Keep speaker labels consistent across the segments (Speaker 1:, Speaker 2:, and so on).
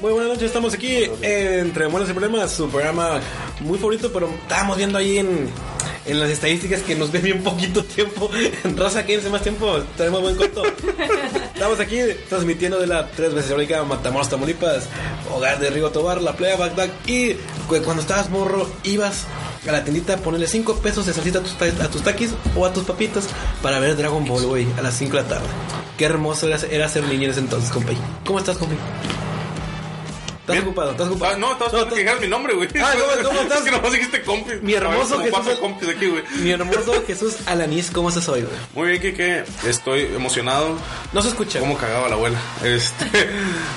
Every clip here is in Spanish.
Speaker 1: Muy buenas noches, estamos aquí entre Buenos y Problemas, su programa muy favorito, pero estábamos viendo ahí en, en las estadísticas que nos ven bien poquito tiempo. Raza, quédense más tiempo, tenemos buen corto. Estamos aquí transmitiendo de la tres veces heroica Matamoros Tamaulipas, Hogar de Rigo Tobar, La Playa Bagdad. Y cu- cuando estabas morro, ibas a la tiendita a ponerle 5 pesos de salsita a tus, ta- a tus taquis o a tus papitas para ver Dragon Ball, güey, a las 5 de la tarde. Qué hermoso era, era ser niño en ese entonces, compa. ¿Cómo estás, compa? ¿Estás
Speaker 2: Bien.
Speaker 1: ocupado? ¿Estás ocupado?
Speaker 2: Ah, no, estabas esperando que dijeras mi nombre, güey.
Speaker 1: Ah, ¿cómo- cómo estás?
Speaker 2: Es que nomás dijiste compis.
Speaker 1: Mi hermoso
Speaker 2: A ver, como
Speaker 1: Jesús-
Speaker 2: cuatro compis aquí, güey.
Speaker 1: Mi hermoso Jesús Alanis, ¿cómo estás hoy, güey?
Speaker 2: Muy bien, Kike. Estoy emocionado.
Speaker 1: No se escucha.
Speaker 2: Cómo cagaba la abuela. Este,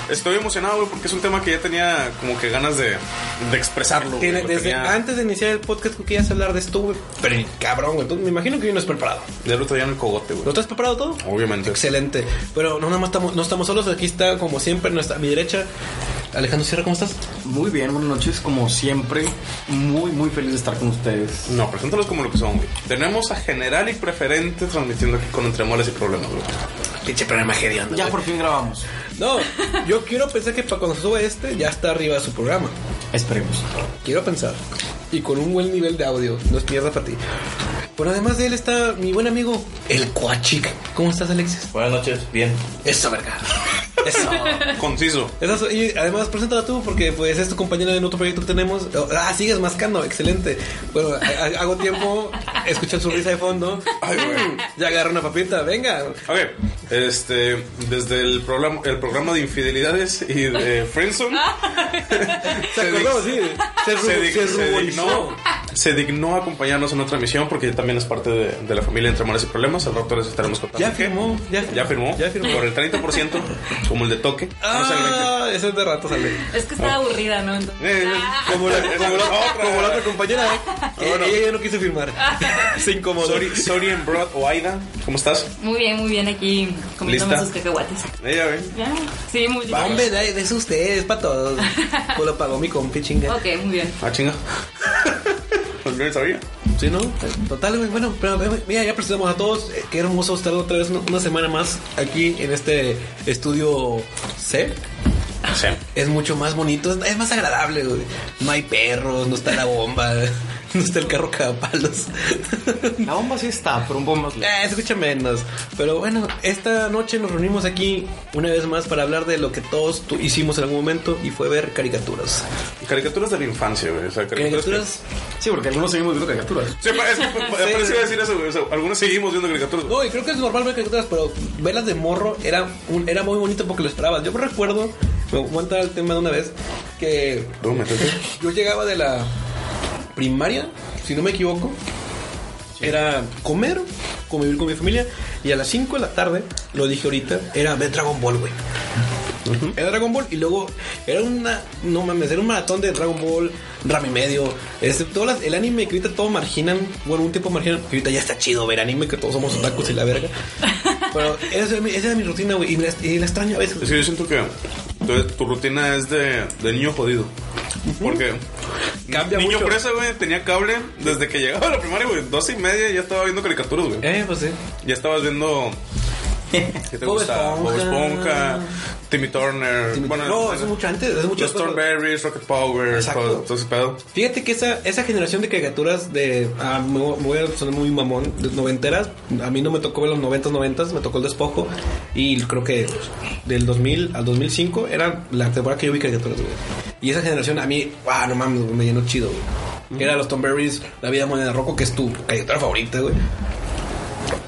Speaker 2: estoy emocionado, güey, porque es un tema que ya tenía como que ganas de, de expresarlo. güey.
Speaker 1: Tiene-
Speaker 2: Lo
Speaker 1: desde
Speaker 2: tenía-
Speaker 1: antes de iniciar el podcast que querías hablar de esto, güey. Pero cabrón, güey. tú- Me imagino que hoy no es preparado.
Speaker 2: Ya lo traía en el cogote,
Speaker 1: ¿Lo
Speaker 2: güey.
Speaker 1: estás preparado todo?
Speaker 2: Obviamente.
Speaker 1: Excelente. Pero no, nada más estamos, no estamos solos. Aquí está, como siempre, nuestra, a mi derecha. Alejandro Sierra, ¿cómo estás?
Speaker 3: Muy bien, buenas noches, como siempre. Muy, muy feliz de estar con ustedes.
Speaker 2: No, preséntalos como lo que son, güey. Tenemos a general y preferente transmitiendo aquí con entre moles y problemas, güey.
Speaker 1: Pinche programa hediondo.
Speaker 3: Ya por fin grabamos.
Speaker 1: No, yo quiero pensar que para cuando se suba este, ya está arriba de su programa.
Speaker 3: Esperemos.
Speaker 1: Quiero pensar. Y con un buen nivel de audio. No es mierda para ti. Pero además de él está mi buen amigo, el Coachic. ¿Cómo estás, Alexis?
Speaker 4: Buenas noches, bien.
Speaker 1: Eso, verga. Eso.
Speaker 2: Conciso.
Speaker 1: Esas- y además, preséntala tú, porque pues es tu compañera en otro proyecto que tenemos. Ah, sigues mascando, excelente. Bueno, a- a- hago tiempo, escuchan su risa de fondo. Ay, güey, ya agarra una papita, venga.
Speaker 2: Ok, este, desde el programa, el programa de infidelidades y de Friendzone,
Speaker 1: ¿Se acordó? Sí, se, ru-
Speaker 2: se, dig-
Speaker 1: se
Speaker 2: se
Speaker 1: ruborizó.
Speaker 2: dignó, se dignó acompañarnos en otra misión porque también es parte de, de la familia Entre Amores y Problemas. Al rato les estaremos contando.
Speaker 1: Ya
Speaker 2: qué.
Speaker 1: firmó, ya firmó.
Speaker 2: Ya firmó.
Speaker 1: Ya firmó.
Speaker 2: Por el 30%, como el de toque. Vamos al veinte.
Speaker 1: Ah, ese es de rato sale.
Speaker 5: Es que está aburrida, ¿no? Entonces-
Speaker 2: Ah. Eh, eh,
Speaker 5: Ah,
Speaker 1: Como la, como la-
Speaker 2: Otra.
Speaker 1: como la otra compañera, ¿eh? Que
Speaker 2: Bueno.
Speaker 1: Ella ya no quiso firmar. Se incomodó.
Speaker 2: Sorry, sorry and Broad o Aida, ¿cómo estás?
Speaker 5: muy bien, muy bien aquí comiéndome
Speaker 2: ¿Lista?
Speaker 5: sus cacahuates.
Speaker 2: Ella, ve.
Speaker 5: Ya, Sí, muy bien.
Speaker 1: Hombre, de, de eso ustedes, es para todos. Pues lo pagó mi compi, chinga.
Speaker 5: Ok, muy bien.
Speaker 2: Ah, chinga. Pues no sabía.
Speaker 1: Sí, ¿no? Total, güey. Bueno, pero eh, mira, ya presentamos a todos. Eh, Qué hermoso estar otra vez una- una semana más aquí en este estudio C.
Speaker 2: Sí.
Speaker 1: Es mucho más bonito, es- es más agradable, güey. No hay perros, no está la bomba, no está el carro cagapalos.
Speaker 3: La bomba sí está, pero un poco más lejos.
Speaker 1: Eh, se escucha menos. Pero bueno, esta noche nos reunimos aquí una vez más para hablar de lo que todos tu- hicimos en algún momento y fue ver caricaturas.
Speaker 2: Caricaturas de la infancia, güey. O sea, caricaturas. que-
Speaker 1: Caricaturas.
Speaker 3: Sí, porque algunos seguimos viendo caricaturas.
Speaker 2: Sí, pa- es que pa- pa- apenas iba a decir eso, güey. O sea, algunos seguimos viendo caricaturas. güey.
Speaker 1: No, y creo que es normal ver caricaturas, pero velas de morro era un, era muy bonito porque lo esperabas. Yo recuerdo, me voy a entrar al tema de una vez, que
Speaker 2: Tú, métete.
Speaker 1: yo llegaba de la primaria, si no me equivoco, era comer, convivir con mi familia, y a las 5 de la tarde, lo dije ahorita, era ver Dragon Ball, güey. Era Dragon Ball y luego era una, no mames, era un maratón de Dragon Ball, Rami Medio, este, todas las- el anime que ahorita todos marginan, bueno, un tiempo marginan, que ahorita ya está chido ver anime, que todos somos otakus y la verga. Pero esa, era mi- esa era mi rutina, güey, y la, y la extraño a veces.
Speaker 2: Es que yo siento que tu, tu rutina es de, de niño jodido. Porque
Speaker 1: Cambia
Speaker 2: niño
Speaker 1: mucho.
Speaker 2: presa, güey, tenía cable desde que llegaba a la primaria, güey. Doce y media ya estaba viendo caricaturas, güey.
Speaker 1: Eh, pues sí.
Speaker 2: Ya estabas viendo. ¿Qué te
Speaker 1: Bob
Speaker 2: gusta?
Speaker 1: Esponja.
Speaker 2: Bob Esponja. Timmy Turner.
Speaker 1: Timmy-
Speaker 2: bueno,
Speaker 1: no, es mucho antes, es mucho
Speaker 2: Los
Speaker 1: después.
Speaker 2: Thornberrys, Rocket Power,
Speaker 1: Exacto.
Speaker 2: todo, todo ese pedo.
Speaker 1: Fíjate que esa, esa generación de caricaturas de. ah, me voy me voy a sonar muy mamón, de noventeras. A mí no me tocó ver los noventas, noventas, me tocó el despojo. Y creo que del 2000 al 2005 era la temporada que yo vi caricaturas, güey. Y esa generación a mí, ah, no mames, güey, me llenó chido, güey. Que era los Tom Berries, La Vida Moneda Roco, que es tu caricatura favorita, güey.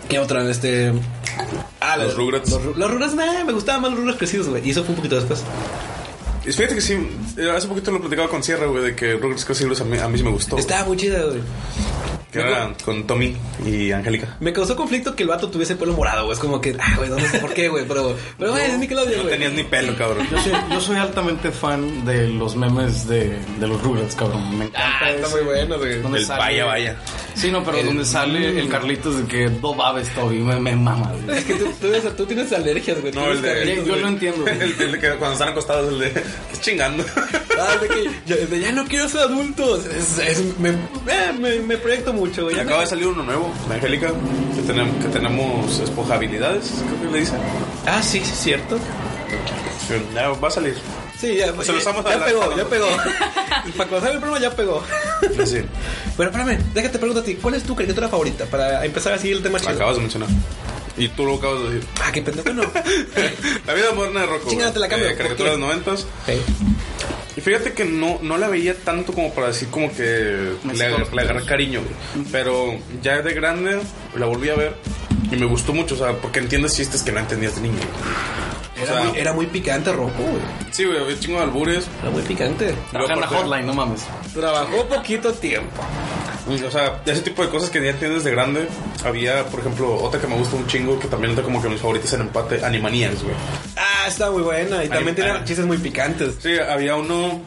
Speaker 1: ¿Qué otra? Este. Ah,
Speaker 2: Los
Speaker 1: la-
Speaker 2: Rugrats.
Speaker 1: Los, Ru- los Rugrats, nah, me gustaban más los Rugrats crecidos, güey. Y eso fue un poquito después.
Speaker 2: Y fíjate que sí, eh, hace poquito lo platicaba con Sierra, güey, de que Rugrats Crecidos a mí, a mí sí me gustó.
Speaker 1: Estaba muy chida, güey.
Speaker 2: Que era con Tommy y Angélica.
Speaker 1: Me causó conflicto que el vato tuviese pelo morado, güey. Es como que, ah, güey, no sé por qué, güey, pero, pero, güey, es Nickelodeon,
Speaker 2: No
Speaker 1: güey.
Speaker 2: tenías ni pelo, cabrón.
Speaker 3: Yo soy, yo soy altamente fan de los memes de, de los Rugrats, cabrón. Me encanta.
Speaker 1: Ah, está
Speaker 3: ese.
Speaker 1: muy bueno, güey.
Speaker 3: ¿Dónde
Speaker 2: El vaya, vaya.
Speaker 3: Sí, no, pero donde sale el Carlitos de que no babes, Toby, me, me mama. güey.
Speaker 1: Es que tú, tú eres- tú tienes alergias, güey.
Speaker 2: No,
Speaker 1: Tú
Speaker 2: el
Speaker 1: eres
Speaker 2: de.
Speaker 3: Yo lo entiendo.
Speaker 2: El, el de que cuando están acostados, el de. Estás chingando.
Speaker 1: cabrón. Ah, de que ya, de ya no quiero ser adulto. Es- es- me, eh, me, me proyecto mucho, güey.
Speaker 2: Y acaba de salir uno nuevo, de Angélica, que tenemos, que tenemos espojabilidades, creo que le dicen.
Speaker 1: Ah, sí, sí, es cierto.
Speaker 2: Ya, va a salir.
Speaker 1: Sí, ya.
Speaker 2: Se lo estamos
Speaker 1: ya pegó,
Speaker 2: adelantando.
Speaker 1: ya pegó. Para cuando salga el programa, ya pegó.
Speaker 2: Sí,
Speaker 1: Pero espérame, déjate preguntar a ti, ¿cuál es tu caricatura favorita? Para empezar así el tema
Speaker 2: lo
Speaker 1: chido.
Speaker 2: acabas de mencionar. Y tú lo acabas de decir.
Speaker 1: Ah, qué pendejo, no.
Speaker 2: La vida moderna de Rocco.
Speaker 1: Chingada,
Speaker 2: güey.
Speaker 1: te la cambio.
Speaker 2: Eh, caricatura de
Speaker 1: ¿Por
Speaker 2: los noventas.
Speaker 1: Ey,
Speaker 2: Y fíjate que no, no la veía tanto como para decir como que le, agar- le agarré cariño, güey. Pero ya de grande la volví a ver y me gustó mucho, o sea, porque entiendes chistes que no entendías de niño.
Speaker 1: Era,
Speaker 2: O sea-
Speaker 1: muy, era muy picante, Rocco, güey.
Speaker 2: Sí, güey, había chingo de albures.
Speaker 1: Era muy picante.
Speaker 3: Trabaja en la
Speaker 2: Luego,
Speaker 3: hotline, no mames.
Speaker 1: Trabajó poquito tiempo.
Speaker 2: O sea, ese tipo de cosas que ya entiendes de grande. Había, por ejemplo, otra que me gusta un chingo, que también está como que mis favoritas en empate, Animaniacs, güey.
Speaker 1: Ah, está muy buena. Y también tiene
Speaker 2: ah.
Speaker 1: chistes muy picantes.
Speaker 2: Sí, había uno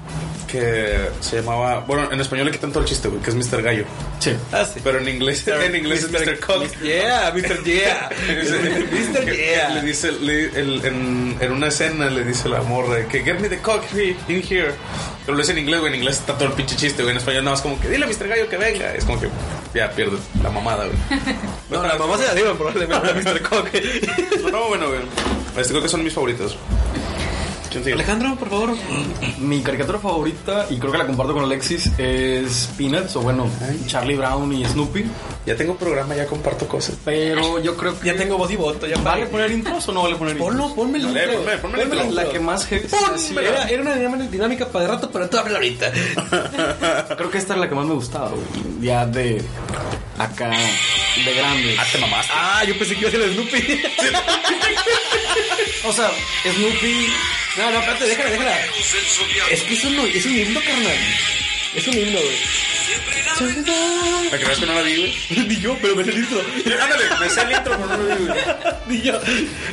Speaker 2: que se llamaba, bueno, en español le quitan todo el chiste, güey, que es Mr. Gallo.
Speaker 3: Sí.
Speaker 1: Ah, sí.
Speaker 2: Pero en inglés, en inglés es Mr. Cock.
Speaker 1: Yeah, Mr. Yeah. Mr.
Speaker 2: Que- que Le
Speaker 1: Yeah.
Speaker 2: dice, le- el- en, en una escena le dice la morra que get me the cock here- in here. Pero lo dice en inglés, güey. En inglés está todo el pinche chiste, güey. En español nada más como que dile a Mr. Gallo que venga. Es como que ya pierdo la mamada, güey.
Speaker 1: No, la mamá se la dio probablemente a Mr. Cock.
Speaker 2: No, bueno, güey. Este creo que son mis favoritos. ¿Quién sigue?
Speaker 1: Alejandro, por favor.
Speaker 3: Mi caricatura favorita, y creo que la comparto con Alexis, es Peanuts, o bueno, Charlie Brown y Snoopy.
Speaker 2: Ya tengo programa, ya comparto cosas.
Speaker 3: Pero yo creo que.
Speaker 1: Ya tengo voz y voto. Ya
Speaker 3: ¿Vale poner intros o no vale poner intros?
Speaker 1: Ponlo, ponme el
Speaker 2: Dale,
Speaker 1: intro.
Speaker 2: ponme, ponme el
Speaker 1: Ponme
Speaker 2: intro.
Speaker 3: La que más heavy se hacía.
Speaker 1: Era, era una dinámica- dinámica para rato, pero tú habla ahorita.
Speaker 3: Creo que esta es la que más me gustaba, güey. Ya de. Acá, de grande.
Speaker 2: Ah, te mamaste.
Speaker 1: Ah, yo pensé que iba a ser el Snoopy.
Speaker 3: O sea, Snoopy.
Speaker 1: No, no, espérate, déjala, déjala. Es que es un, es un himno, carnal. Es un himno, güey.
Speaker 2: ¿Me crees que no la vi, güey?
Speaker 1: Ni yo, pero me sé el intro.
Speaker 2: Ándale, me sé el intro, pero no la vi, güey.
Speaker 1: Ni yo.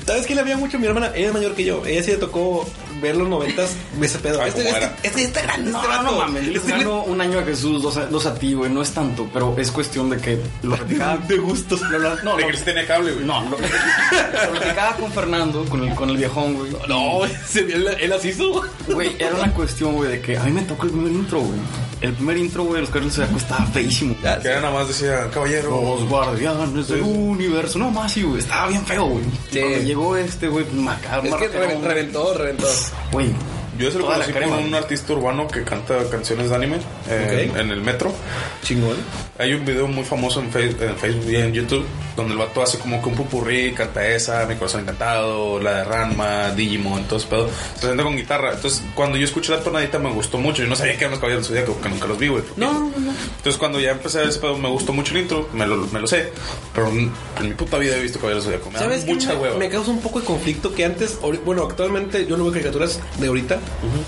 Speaker 1: ¿Sabes qué le había mucho a mi hermana? Ella es mayor que yo. Ella sí le tocó ver los noventas. Me se pedo.
Speaker 2: Ay,
Speaker 1: Este,
Speaker 2: ¿cómo
Speaker 1: este,
Speaker 2: era?
Speaker 1: este está grande.
Speaker 3: No,
Speaker 1: este
Speaker 3: no,
Speaker 1: vato.
Speaker 3: no mames. Les
Speaker 1: Este
Speaker 3: gano un año a Jesús, dos a, dos a ti, güey. No es tanto, pero es cuestión de que lo platicaba.
Speaker 1: De gustos.
Speaker 3: lo- lo- no,
Speaker 2: De
Speaker 3: lo-
Speaker 2: que sí tenía cable, güey.
Speaker 3: no, lo, lo platicaba con Fernando, con el, con el viejón, güey.
Speaker 1: No, ese- él, él las hizo.
Speaker 3: Güey, era una cuestión, güey, de que a mí me tocó el primer intro, güey. El primer intro, güey, de los Carlos Zodiaco estaba feísimo.
Speaker 1: Ya,
Speaker 2: Que era nada más decía, caballero.
Speaker 3: Los guardianes del universo. No más, sí, güey. Estaba bien feo, güey.
Speaker 1: Sí.
Speaker 3: Cuando llegó este, güey, macabro.
Speaker 1: Es que
Speaker 3: marrón,
Speaker 1: reven- reventó, reventó.
Speaker 3: Güey.
Speaker 2: Yo se lo
Speaker 3: toda la
Speaker 2: conocí por
Speaker 3: crema.
Speaker 2: un artista urbano que canta canciones de anime eh,
Speaker 1: Ok.
Speaker 2: en el metro.
Speaker 1: Chingón.
Speaker 2: Hay un video muy famoso en, Face- en Facebook y en YouTube donde el vato hace como que un pupurrí, canta esa, Mi corazón encantado, la de Ranma, Digimon, todo ese pedo. Se presenta con guitarra. Entonces, cuando yo escuché la tonadita me gustó mucho. Yo no sabía que eran los caballeros del Zodíaco porque nunca los vi, güey.
Speaker 1: No, no, no.
Speaker 2: Entonces, cuando ya empecé a ver ese pedo, me gustó mucho el intro, me lo, me lo sé. Pero en mi puta vida he visto caballeros del Zodíaco. Me
Speaker 1: ¿Sabes
Speaker 2: da mucha
Speaker 1: qué? Me-
Speaker 2: hueva.
Speaker 1: Me causa un poco de conflicto que antes, ori- bueno, actualmente yo no veo caricaturas de ahorita,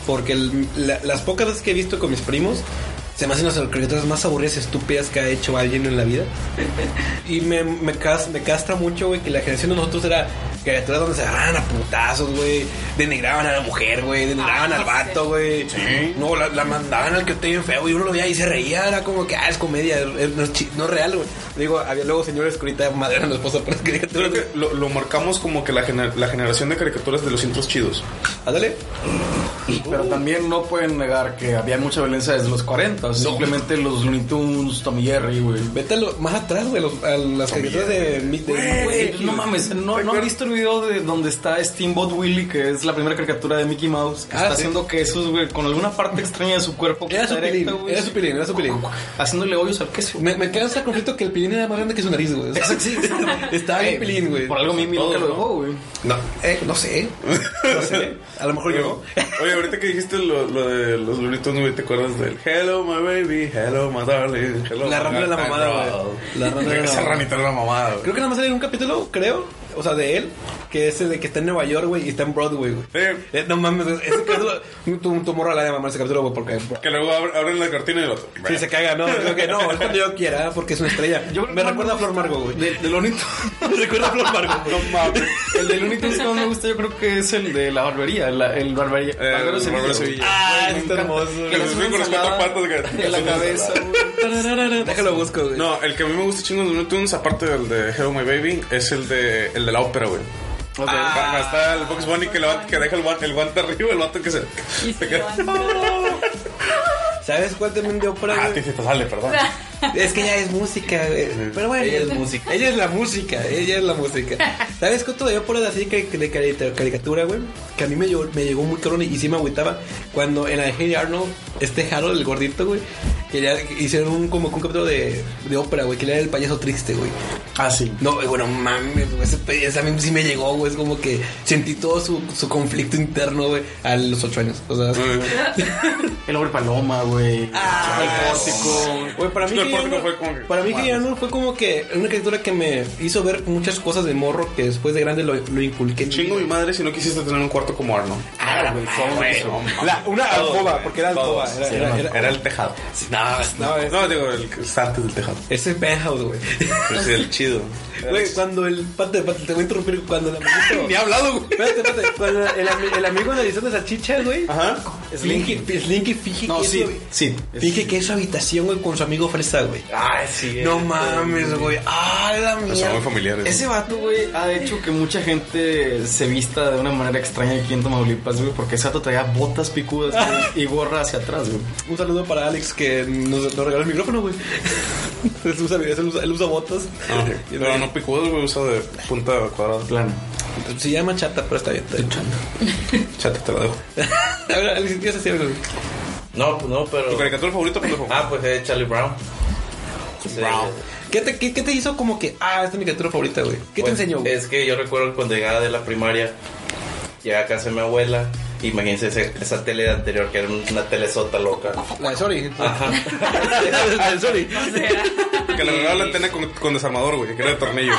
Speaker 1: porque el- la- las pocas veces que he visto con mis primos, se me hacen las caricaturas más aburridas y estúpidas que ha hecho alguien en la vida. y me, me, cas- me castra mucho, güey, que la generación de nosotros era caricaturas donde se agarraban a putazos, güey, denigraban a la mujer, güey, denigraban
Speaker 5: Ah,
Speaker 1: al
Speaker 5: sí.
Speaker 1: vato, güey. No, la, la mandaban al que esté bien feo y uno lo veía y se reía, era como que, ah, es comedia, es- no es, chi- no es real, güey. Digo, había luego señores que ahorita madrean a la esposa por las caricaturas.
Speaker 2: Creo que lo, lo marcamos como que la, gener- la generación de caricaturas de los intros chidos.
Speaker 1: Ándale.
Speaker 3: Pero también no pueden negar que había mucha violencia desde los 40. Simplemente los Looney Tunes, Tommy Jerry, güey.
Speaker 1: Vete a lo- más atrás, güey, los- a las caricaturas de, de- de-
Speaker 3: Güey, no mames, no, no han visto el video de donde está Steamboat Willie, que es la primera caricatura de Mickey Mouse, que
Speaker 1: Ah,
Speaker 3: está
Speaker 1: sí.
Speaker 3: haciendo quesos, güey, con alguna parte extraña de su cuerpo que
Speaker 1: Era
Speaker 3: está
Speaker 1: su pilín,
Speaker 3: erecta, güey.
Speaker 1: era su pilín, era su pilín.
Speaker 3: Haciéndole hoyos al queso.
Speaker 1: Me, me causa conflicto que el pilín era más grande que su nariz, güey.
Speaker 3: Eso sí.
Speaker 1: Estaba bien pilín, güey.
Speaker 3: Por algo Mimi
Speaker 2: Todos,
Speaker 3: nunca lo
Speaker 2: ¿no?
Speaker 3: dejó, güey.
Speaker 1: No, eh, no sé. No sé. A lo mejor
Speaker 2: Oye,
Speaker 1: yo.
Speaker 2: oye, ahorita que dijiste lo, lo de los lunitos, güey, ¿te acuerdas del Hello, my baby, hello, my darling, hello,
Speaker 1: La
Speaker 2: my
Speaker 1: rana de la
Speaker 2: God,
Speaker 1: mamada,
Speaker 2: bro"?
Speaker 1: güey. La rana de la
Speaker 2: Esa
Speaker 1: mamada.
Speaker 2: ranita era la mamada, güey.
Speaker 1: Creo que nada más sale en un capítulo, creo. O sea, de él, que es el de que está en Nueva York, güey, y está en Broadway, güey.
Speaker 2: Sí.
Speaker 1: Eh, no mames, ese capítulo. Tu, tu morra la de mamar ese capítulo, güey, porque.
Speaker 2: Que luego ab- abren la cortina y el otro.
Speaker 1: Sí, se caga, ¿no? Creo que no, es cuando yo quiera, porque es una estrella.
Speaker 3: Yo creo
Speaker 1: me
Speaker 3: que
Speaker 1: recuerda a
Speaker 3: no me
Speaker 1: Flor Margo, güey.
Speaker 3: De, de Looney Tunes.
Speaker 1: Me recuerda a Flor Margo, güey.
Speaker 2: No mames.
Speaker 3: El de Looney Tunes que más me gusta, yo creo que es el de la barbería. la- el barbería.
Speaker 2: Bárbaro
Speaker 3: Sevilla,
Speaker 2: Sevilla.
Speaker 3: güey.
Speaker 1: Ah,
Speaker 3: Me
Speaker 1: está
Speaker 3: encanta.
Speaker 1: hermoso, güey.
Speaker 3: Que le
Speaker 2: Los
Speaker 3: hacen
Speaker 2: con las cuatro
Speaker 3: ensalada
Speaker 2: patas, güey.
Speaker 3: En la
Speaker 2: Hacen
Speaker 3: cabeza, güey.
Speaker 1: Déjalo busco, güey.
Speaker 2: No, el que a mí me gusta chingo de Looney Tunes, aparte del de Hello My Baby, es el de, el de la ópera, güey.
Speaker 3: Ok.
Speaker 1: Ah.
Speaker 2: Cuando está el Box Bunny que, levanta- que deja el guante, el guante arriba, el vato que se... se
Speaker 5: Y se
Speaker 2: queda-
Speaker 5: levanta.
Speaker 1: ¿Sabes cuál también de ópera,
Speaker 2: Ah,
Speaker 1: güey?
Speaker 2: te, te sale, perdón.
Speaker 1: Es que ella es música, güey. Pero bueno.
Speaker 3: Ella es música.
Speaker 1: Ella es la música, ella es la música. ¿Sabes cuánto de por así que- que de carita- caricatura, güey? Que a mí me llegó, me llegó muy cabrón y sí me agüitaba cuando en la de Hey Arnold, este Harold, el gordito, güey, que ya hicieron un, como que un capítulo de, de ópera, güey, que era el payaso triste, güey.
Speaker 3: Ah, sí.
Speaker 1: No, güey, bueno, mames, güey, ese pe- esa a mí sí me llegó, güey, es como que sentí todo su, su conflicto interno, güey, a los ocho años, o sea...
Speaker 3: El hombre paloma, güey.
Speaker 1: Ah,
Speaker 3: el pórtico.
Speaker 1: Güey, para mí,
Speaker 2: El
Speaker 1: que
Speaker 2: pórtico
Speaker 1: Guillermo-
Speaker 2: fue como que-
Speaker 1: para mí que Guillermo fue como que una caricatura que me hizo ver muchas cosas de morro que después de grande lo, lo inculqué. en mi
Speaker 2: Chingo
Speaker 1: vida.
Speaker 2: mi madre si no quisiste tener un cuarto como Arno.
Speaker 1: Ah, güey,
Speaker 2: Ah,
Speaker 1: ¿cómo
Speaker 2: güey,
Speaker 1: eso?
Speaker 2: no mames.
Speaker 1: La- una
Speaker 2: Todos,
Speaker 1: alcoba,
Speaker 2: güey,
Speaker 1: porque era
Speaker 2: todos.
Speaker 1: alcoba, era-
Speaker 2: Sí,
Speaker 1: era- era-
Speaker 2: el tejado.
Speaker 1: No, no, es-
Speaker 2: No, digo, el que está antes del tejado.
Speaker 1: Ese penthouse, güey.
Speaker 2: Pero sí, el chido.
Speaker 1: Güey, cuando el. Pate, pate, te voy a interrumpir. Cuando el amiguito.
Speaker 2: Ni he hablado, güey.
Speaker 1: Espérate, espérate. Cuando el, ami- el amigo analizando salchichas, güey.
Speaker 2: Ajá.
Speaker 1: Slinky, Slinky finge
Speaker 3: No,
Speaker 1: que
Speaker 3: sí,
Speaker 1: es su,
Speaker 3: sí.
Speaker 1: finge que es su habitación, güey, con su amigo Fresa, güey.
Speaker 3: Ah, sí. Pues,
Speaker 1: No mames, güey. Ah, la
Speaker 2: Son muy
Speaker 1: mierda.
Speaker 2: familiares.
Speaker 3: Ese vato, güey, ha hecho que mucha gente se vista de una manera extraña aquí en Tamaulipas, güey, porque ese vato traía botas picudas güey, y gorra hacia atrás, güey.
Speaker 1: Un saludo para Alex que nos, nos regaló el micrófono, güey. él, usa, él, usa, él usa botas.
Speaker 2: No, pero no picudos, güey, usa de punta cuadrada.
Speaker 3: Plano.
Speaker 1: pues, Se llama chata, pero está bien. Está bien.
Speaker 2: Chate, te lo dejo.
Speaker 1: A ver, Alex, ¿qué haces? güey?
Speaker 4: No, pues no, pero.
Speaker 2: ¿Tu caricatura favorita, pendejo?
Speaker 4: Ah, pues es Charlie Brown. Sí.
Speaker 2: Brown.
Speaker 1: ¿Qué te, qué, qué te hizo como que, ah, es tu caricatura favorita, güey? ¿Qué
Speaker 4: Pues,
Speaker 1: te enseñó, güey?
Speaker 4: Es que yo recuerdo cuando llegaba de la primaria, llegaba a casa de mi abuela. Imagínense ese- esa tele de anterior que era una telesota loca.
Speaker 1: La de Sorry.
Speaker 4: Ajá.
Speaker 1: La de Sorry.
Speaker 5: O sea,
Speaker 2: Que le regalaba la antena con, con desarmador, güey, que era de tornillo.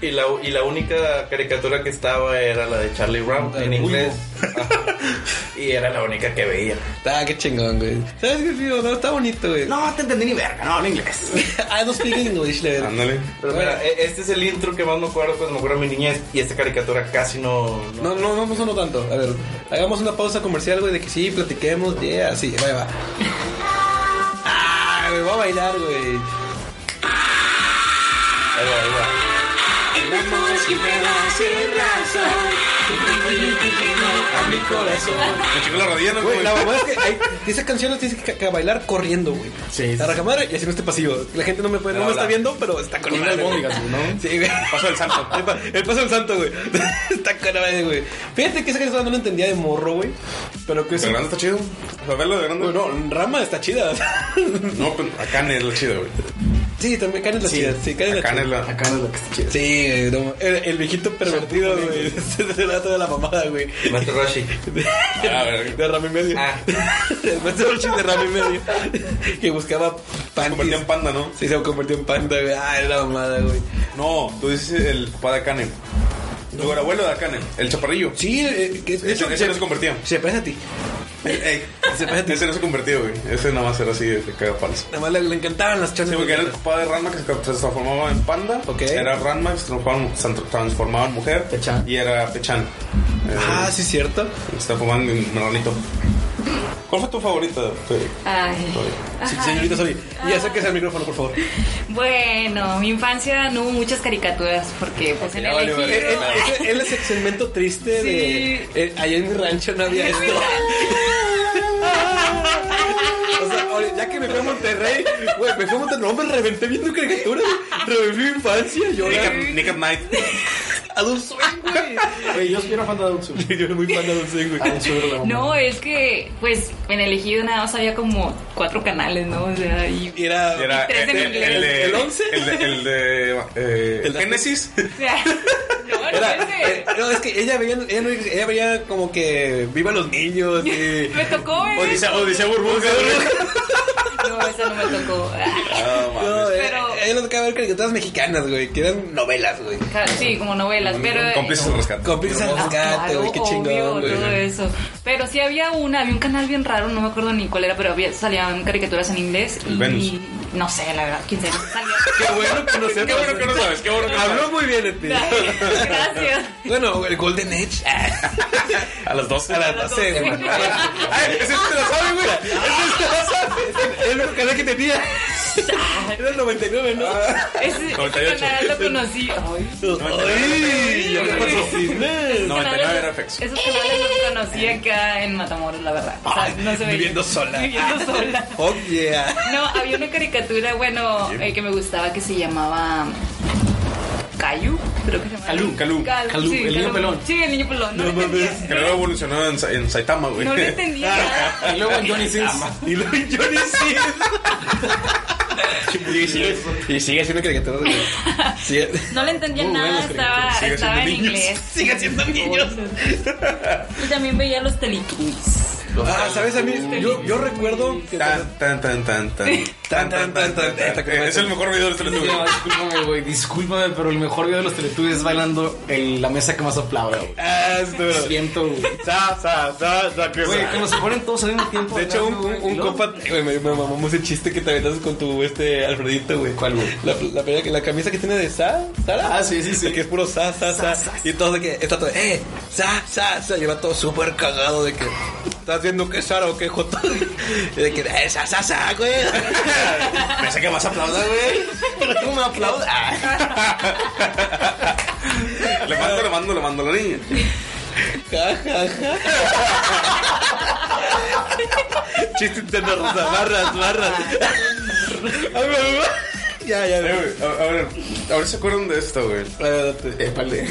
Speaker 4: Y la, y la única caricatura que estaba era la de Charlie Brown
Speaker 1: La de
Speaker 4: en
Speaker 1: Bulbo.
Speaker 4: inglés. Ajá. Y era la única que veía.
Speaker 1: Ah, qué chingón, güey. ¿Sabes qué, tío? No, está bonito, güey. Ah,
Speaker 4: No, te entendí ni verga, no, en inglés.
Speaker 1: I don't speak English, la verdad.
Speaker 2: Ándale.
Speaker 4: Pero mira, e- este es el intro que más me acuerdo cuando me acuerdo de mi niñez. Y esta caricatura casi no. no-
Speaker 1: No, no, no, no sonó tanto. A ver, hagamos una pausa comercial, güey, de que sí, platiquemos, yeah, sí, va, va. Ah, me voy a bailar, güey.
Speaker 4: Ahí va, ahí va.
Speaker 1: A mi corazón.
Speaker 2: Me chingó la rodilla, ¿no?
Speaker 1: Güey,
Speaker 2: güey?
Speaker 1: la mamá es que hay, esa canción la tienes que, que bailar corriendo, güey.
Speaker 3: Sí, sí.
Speaker 1: La recámara y haciendo este pasivo. La gente no me, puede, no me está viendo, pero está con
Speaker 3: Con
Speaker 1: madre, güey.
Speaker 3: albóndigas, ¿no?
Speaker 1: Ah, Sí, güey.
Speaker 2: Paso del santo.
Speaker 1: El pa- El paso del santo, güey. Está con madre, güey. Fíjate que esa canción no la entendía de morro, güey. Pero que es.
Speaker 2: De grande está chido. O sea, verlo de grande.
Speaker 1: Bueno, Rama está chida.
Speaker 2: No, pues acá es lo chido, güey.
Speaker 1: sí, también Karen es la chida. Sí, Karen es la
Speaker 2: Acá
Speaker 1: chida.
Speaker 2: es la.
Speaker 3: Acá no es lo que está chido.
Speaker 1: Sí, güey, no, el, el viejito pervertido, güey. Ese es el dato de la mamada, güey.
Speaker 4: Master Roshi.
Speaker 2: Ah, verga.
Speaker 1: De Rama y medio.
Speaker 4: Ah.
Speaker 1: El maestro Roshi de Rama y medio. Que buscaba
Speaker 2: Se
Speaker 1: panties.
Speaker 2: convirtió en panda, ¿no?
Speaker 1: Sí, se convirtió en panda, güey. Ah, la mamada, güey.
Speaker 2: No, tú dices el papá de Akane. Tu abuelo de Akane, el chaparrillo.
Speaker 1: Sí, eh, que de
Speaker 2: Ese,
Speaker 1: hecho,
Speaker 2: ese no se convertía.
Speaker 1: se parece a ti.
Speaker 2: Ey,
Speaker 1: Se parece a ti.
Speaker 2: ese no se convertía, güey. Ese nada más era así de caga palos.
Speaker 1: Nada más le, le encantaban las
Speaker 2: Sí,
Speaker 1: chances.
Speaker 2: porque era el papá de Ranma que se transformaba en panda.
Speaker 1: Ok.
Speaker 2: Era Ranma que se transformaba, se transformaba en mujer.
Speaker 3: Pechan.
Speaker 2: Y era Pechan. Eh,
Speaker 1: Ah, sí, cierto.
Speaker 2: Se transformaba en meronito. ¿Cuál fue tu favorita?
Speaker 5: Ay.
Speaker 1: Sí, señorita Sori. Y acérquese al micrófono, por favor.
Speaker 5: Bueno, mi infancia no hubo muchas caricaturas porque pues en
Speaker 2: ya valió
Speaker 5: el
Speaker 1: Él,
Speaker 5: ejido.
Speaker 1: él- ese- él es el segmento triste
Speaker 5: Sí.
Speaker 1: de. eh, allá en mi rancho no había esto. O sea, ahora, ya que me fui a Monterrey, güey, me fui a Monterrey, no, me reventé viendo caricaturas, reviví mi infancia,
Speaker 2: Nick,
Speaker 1: llorando.
Speaker 2: at- Nick at Night.
Speaker 1: Adult Swim, güey.
Speaker 3: Güey, yo soy una fan de Adult Swim.
Speaker 1: Yo era muy fan de Adult Swim, güey.
Speaker 3: Adult Swim era la mamá.
Speaker 5: No, es que, pues, en elegido nada más había como cuatro canales, ¿no? O sea, y...
Speaker 1: Era,
Speaker 2: Era
Speaker 5: Y tres en
Speaker 2: el,
Speaker 5: inglés.
Speaker 2: el de.
Speaker 1: ¿El once?
Speaker 2: El de. El de eh,
Speaker 1: ¿El de-
Speaker 2: Génesis.
Speaker 5: o sea, no, no
Speaker 1: Era-
Speaker 5: sé.
Speaker 1: eh, no, es que ella veía, ella, no- ella veía como que viva los niños. Y,
Speaker 5: Me tocó, ¿eh?
Speaker 1: Odisea, Odisea Burbuja.
Speaker 5: No, esa no me tocó.
Speaker 2: No, mames.
Speaker 1: No, eh,
Speaker 5: Pero-
Speaker 1: ella nos tocaba ver caricaturas mexicanas, güey, que eran novelas, güey.
Speaker 5: Ah, Sí, como novelas, pero...
Speaker 2: Mm,
Speaker 5: eh,
Speaker 2: Cómplices de rescate.
Speaker 1: Cómplices al
Speaker 5: Ah,
Speaker 1: rescate,
Speaker 5: claro,
Speaker 1: güey, qué
Speaker 5: obvio,
Speaker 1: chingón,
Speaker 5: todo
Speaker 1: güey.
Speaker 5: eso. Pero sí había una, había un canal bien raro, no me acuerdo ni cuál era, pero había, salían caricaturas en inglés.
Speaker 2: El
Speaker 5: y,
Speaker 2: Venus.
Speaker 5: No sé, la verdad, quién sabe. Salía.
Speaker 1: Qué bueno que no sepas.
Speaker 2: Qué bueno que no sabes, qué bueno que no sabes.
Speaker 1: Habló muy bien de ti.
Speaker 5: Gracias.
Speaker 1: Bueno, el Golden Age.
Speaker 2: A las 12.
Speaker 1: A las 12, güey.
Speaker 2: Ay, ese sí te lo sabe, güey. Ese sí te lo sabe.
Speaker 1: Es el único canal que tenía. Era el 99, ¿no?
Speaker 5: Ese, ese
Speaker 2: 98.
Speaker 5: canal lo conocí. Ay.
Speaker 1: Ay, ya me patrociné.
Speaker 2: 99
Speaker 5: Esos canales-
Speaker 2: era FX.
Speaker 5: Esos canales los conocí acá en Matamoros, la verdad. O sea, no se veía.
Speaker 1: Viviendo sola.
Speaker 5: Viviendo sola.
Speaker 1: Oh, yeah.
Speaker 5: No, había una caricatura, bueno, eh, que me gustaba que se llamaba. Cayu, creo que se llamaba.
Speaker 3: Calú, Calú,
Speaker 5: Cal-
Speaker 3: Calú, el niño pelón.
Speaker 5: Sí, el niño pelón. No,
Speaker 1: No
Speaker 5: lo entendía.
Speaker 1: mames.
Speaker 2: Que luego evolucionó en, Sa- en Saitama, güey.
Speaker 5: No lo entendía.
Speaker 3: Y luego el Johnny Sins.
Speaker 1: Y luego Johnny Sins. Y sigue siendo caricatura. Sigue,
Speaker 5: No le entendía
Speaker 3: Muy
Speaker 5: nada,
Speaker 3: buenas
Speaker 5: estaba,
Speaker 2: sigue
Speaker 5: estaba en
Speaker 2: siendo niños.
Speaker 5: inglés.
Speaker 1: sigue siendo niños.
Speaker 5: Y también veía los Teletubbies.
Speaker 1: Ah, ¿sabes? A mí, yo, yo recuerdo que.
Speaker 2: Tan, tan, tan, tan, tan.
Speaker 1: Tan, tan, tan, tan.
Speaker 2: Eh, Es el mejor video de este
Speaker 3: No, discúlpame, güey, discúlpame, pero el mejor video de los Teletubbies es bailando en la mesa que más aplaude, güey.
Speaker 1: Ah, es duro.
Speaker 3: Siento, güey.
Speaker 1: Sa, sa, sa, sa, que
Speaker 3: Güey,
Speaker 1: sa.
Speaker 3: cuando se ponen todos al mismo tiempo.
Speaker 1: De hecho, un, un,
Speaker 3: hablando,
Speaker 1: un
Speaker 3: güey,
Speaker 1: compa. Güey, me, me mamamos el chiste que te aventas con tu este Alfredito, güey.
Speaker 3: ¿Cuál, güey?
Speaker 1: La, la, pelea que- la camisa que tiene de Sa, Sara.
Speaker 3: Ah, sí, sí, sí.
Speaker 1: El que es puro Sa, Sa, Sa. Y todo de que está todo, eh, Sa, Sa, Sa. Lleva todo súper cagado de que. ¿Estás viendo que es Sara o que es Jota? Y de que, eh, Sa, Sa, Sa, güey.
Speaker 2: Pensé que más aplauda, güey.
Speaker 1: Pero tú me aplaudas.
Speaker 2: Le mando, le mando, le mando a la niña.
Speaker 1: Ja, ja, ja. Chiste interno, Rosa. Barras, barras. Ay, me mamá. Ya, ya, ya.
Speaker 2: Eh, güey, a, a ver, a ver si se acuerdan de esto, güey. Eh,
Speaker 3: Épale.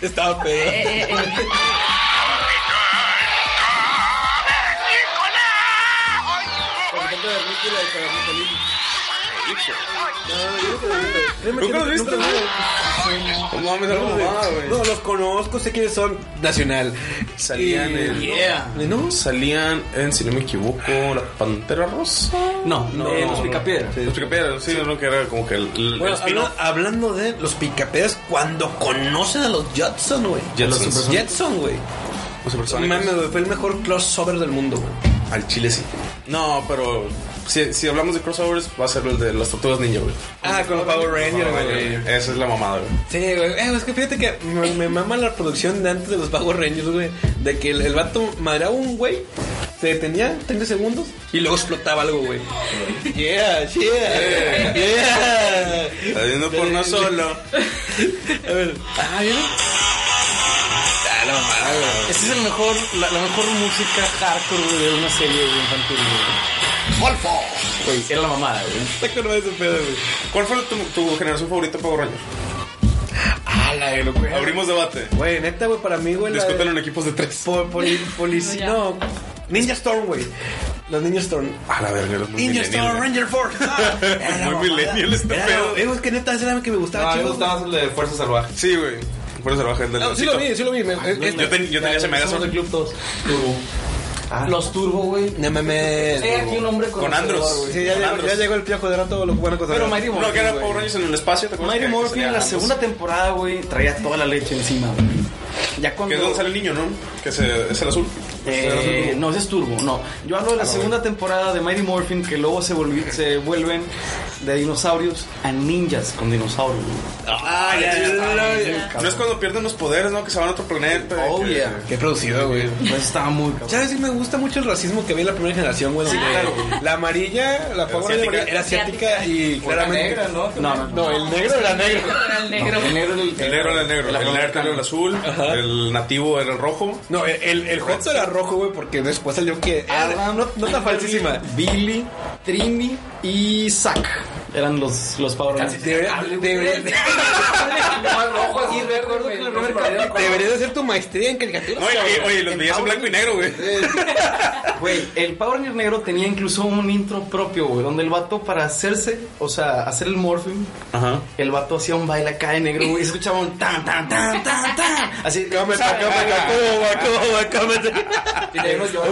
Speaker 1: Estaba pedo.
Speaker 5: Eh, eh, eh.
Speaker 2: ¿Nunca los viste, güey? No mames, algo mamada, Ah, güey.
Speaker 1: No, los conozco, sé quiénes son. Nacional.
Speaker 2: Salían en-
Speaker 3: Yeah.
Speaker 1: ¿No?
Speaker 2: Salían en, si no me equivoco, La Pantera Rosa.
Speaker 3: No, no.
Speaker 2: Eh,
Speaker 3: los picapiedra.
Speaker 2: Los Picapiedras, sí, no, que era como que el, el,
Speaker 1: Bueno,
Speaker 2: el spin-off.
Speaker 1: habla- hablando de los picaperas, cuando conocen a los Jetson, güey.
Speaker 2: Jetsons.
Speaker 1: Los Jetson, güey.
Speaker 2: Los
Speaker 1: No
Speaker 2: supersónicos.
Speaker 1: Mames, güey, fue el mejor crossover del mundo, güey.
Speaker 2: Al chile sí. No, pero si, si hablamos de crossovers, va a ser el de las tortugas ninja, güey.
Speaker 1: Ah, con los Power Rangers, güey.
Speaker 2: Esa es la mamada, güey.
Speaker 1: Sí, güey. Eh, es que fíjate que me, me mama la producción de antes de los Power Rangers, güey. De que el, el vato madraba a un güey, se detenía 30 segundos y luego explotaba algo, güey. Yeah, yeah, yeah.
Speaker 2: Está viendo por no solo.
Speaker 1: A ver. Ah, ¿vieron? Ah, la mamada, güey.
Speaker 3: Esa es el mejor, la, la mejor música hardcore güey, de una serie güey, infantil. güey. Güey, era la mamada, güey.
Speaker 1: Está con ese pedo, güey.
Speaker 2: ¿Cuál fue tu, tu generación favorita Power Rangers?
Speaker 1: Ah, la de güey.
Speaker 2: Abrimos debate.
Speaker 1: Güey, neta, güey, para mí, güey. la de-
Speaker 2: Discútelo en equipos de tres.
Speaker 1: po- poli- policía. No, Ninja Storm, güey. Los Ninja Storm.
Speaker 2: A la verga, los muy
Speaker 1: Ninja Storm
Speaker 2: millennial.
Speaker 1: Ranger Force. Ah, era
Speaker 2: Muy millennial este
Speaker 1: Era-
Speaker 2: pedo.
Speaker 1: eh, güey, que neta, esa era la que me gustaba,
Speaker 4: No, Ah, a mí me
Speaker 1: chido,
Speaker 4: gustaba
Speaker 1: güey.
Speaker 4: más el de Fuerza Salvaje.
Speaker 2: Sí, güey. Por eso trabajé el del
Speaker 1: No, sí lo vi, sí lo vi. me- eh,
Speaker 2: Yo,
Speaker 1: esta-
Speaker 2: ten- yo tenía ese
Speaker 3: Somos
Speaker 2: megazord.
Speaker 3: del club todos. Turbo. Los Turbo, güey.
Speaker 1: No mames.
Speaker 3: He aquí un hombre con,
Speaker 2: Con Andros.
Speaker 1: Sí, ya, llegó- ya llegó el piojo de rato, lo bueno cosa.
Speaker 3: Pero Mighty
Speaker 1: Mario
Speaker 2: No, que era Power Rangers en el espacio, ¿te acuerdas?
Speaker 3: Mighty
Speaker 2: que- que
Speaker 3: Morphin en la
Speaker 2: salían
Speaker 3: segunda temporada, güey, traía toda la leche encima, güey. Ya
Speaker 2: ambos.
Speaker 3: cuando...
Speaker 2: Que es donde sale el niño, ¿no? Que se- es el azul.
Speaker 3: Eh, no, ese es Turbo, no. Yo hablo de la segunda temporada de Mighty Morphin que luego se, volvi- se vuelven de dinosaurios a ninjas con dinosaurios. güey.
Speaker 2: Ah, ya, ya, ya. No es cuando pierden los poderes, ¿no? Que se van a otro planeta.
Speaker 3: Oh,
Speaker 2: que-
Speaker 3: yeah.
Speaker 1: Qué producido, güey.
Speaker 3: Pues estaba muy cabrón.
Speaker 1: ¿Sabes? Sí, Me gusta mucho el racismo que había en la primera generación, güey. donde
Speaker 2: claro, güey.
Speaker 1: La amarilla, la Power Ranger
Speaker 2: asiática.
Speaker 1: amarilla, era asiática y claramente.
Speaker 4: ¿no?
Speaker 3: No, no,
Speaker 1: No, el negro era negro.
Speaker 5: Era el negro.
Speaker 3: El negro era el,
Speaker 2: El negro era el negro, el, nerd era el azul, el nativo era el rojo.
Speaker 1: No, el, el, el Hotzo era rojo, güey, porque después
Speaker 3: Ah,
Speaker 1: salió que.
Speaker 3: Adam,
Speaker 1: no, no tan falsísima.
Speaker 3: Billy, Trini y Zack. Eran los, los Power Rangers.
Speaker 1: Debería, debería-
Speaker 6: rojo así, recuerdo que el primer
Speaker 1: deberías de hacer tu maestría en caricaturas.
Speaker 2: Oye, oye, oye, los
Speaker 1: En
Speaker 2: veías en
Speaker 1: Power
Speaker 2: blanco y negro, güey.
Speaker 3: Güey, el Power Ranger negro tenía incluso un intro propio, güey, donde el vato para hacerse, o sea, hacer el morphing,
Speaker 2: Ajá.
Speaker 3: el vato hacía un baile acá de negro, güey, y escuchaba un tan, tan, tan, tan, tan, así,
Speaker 1: Cámete, cámete, cámete, cámete.
Speaker 6: Y le dimos yo.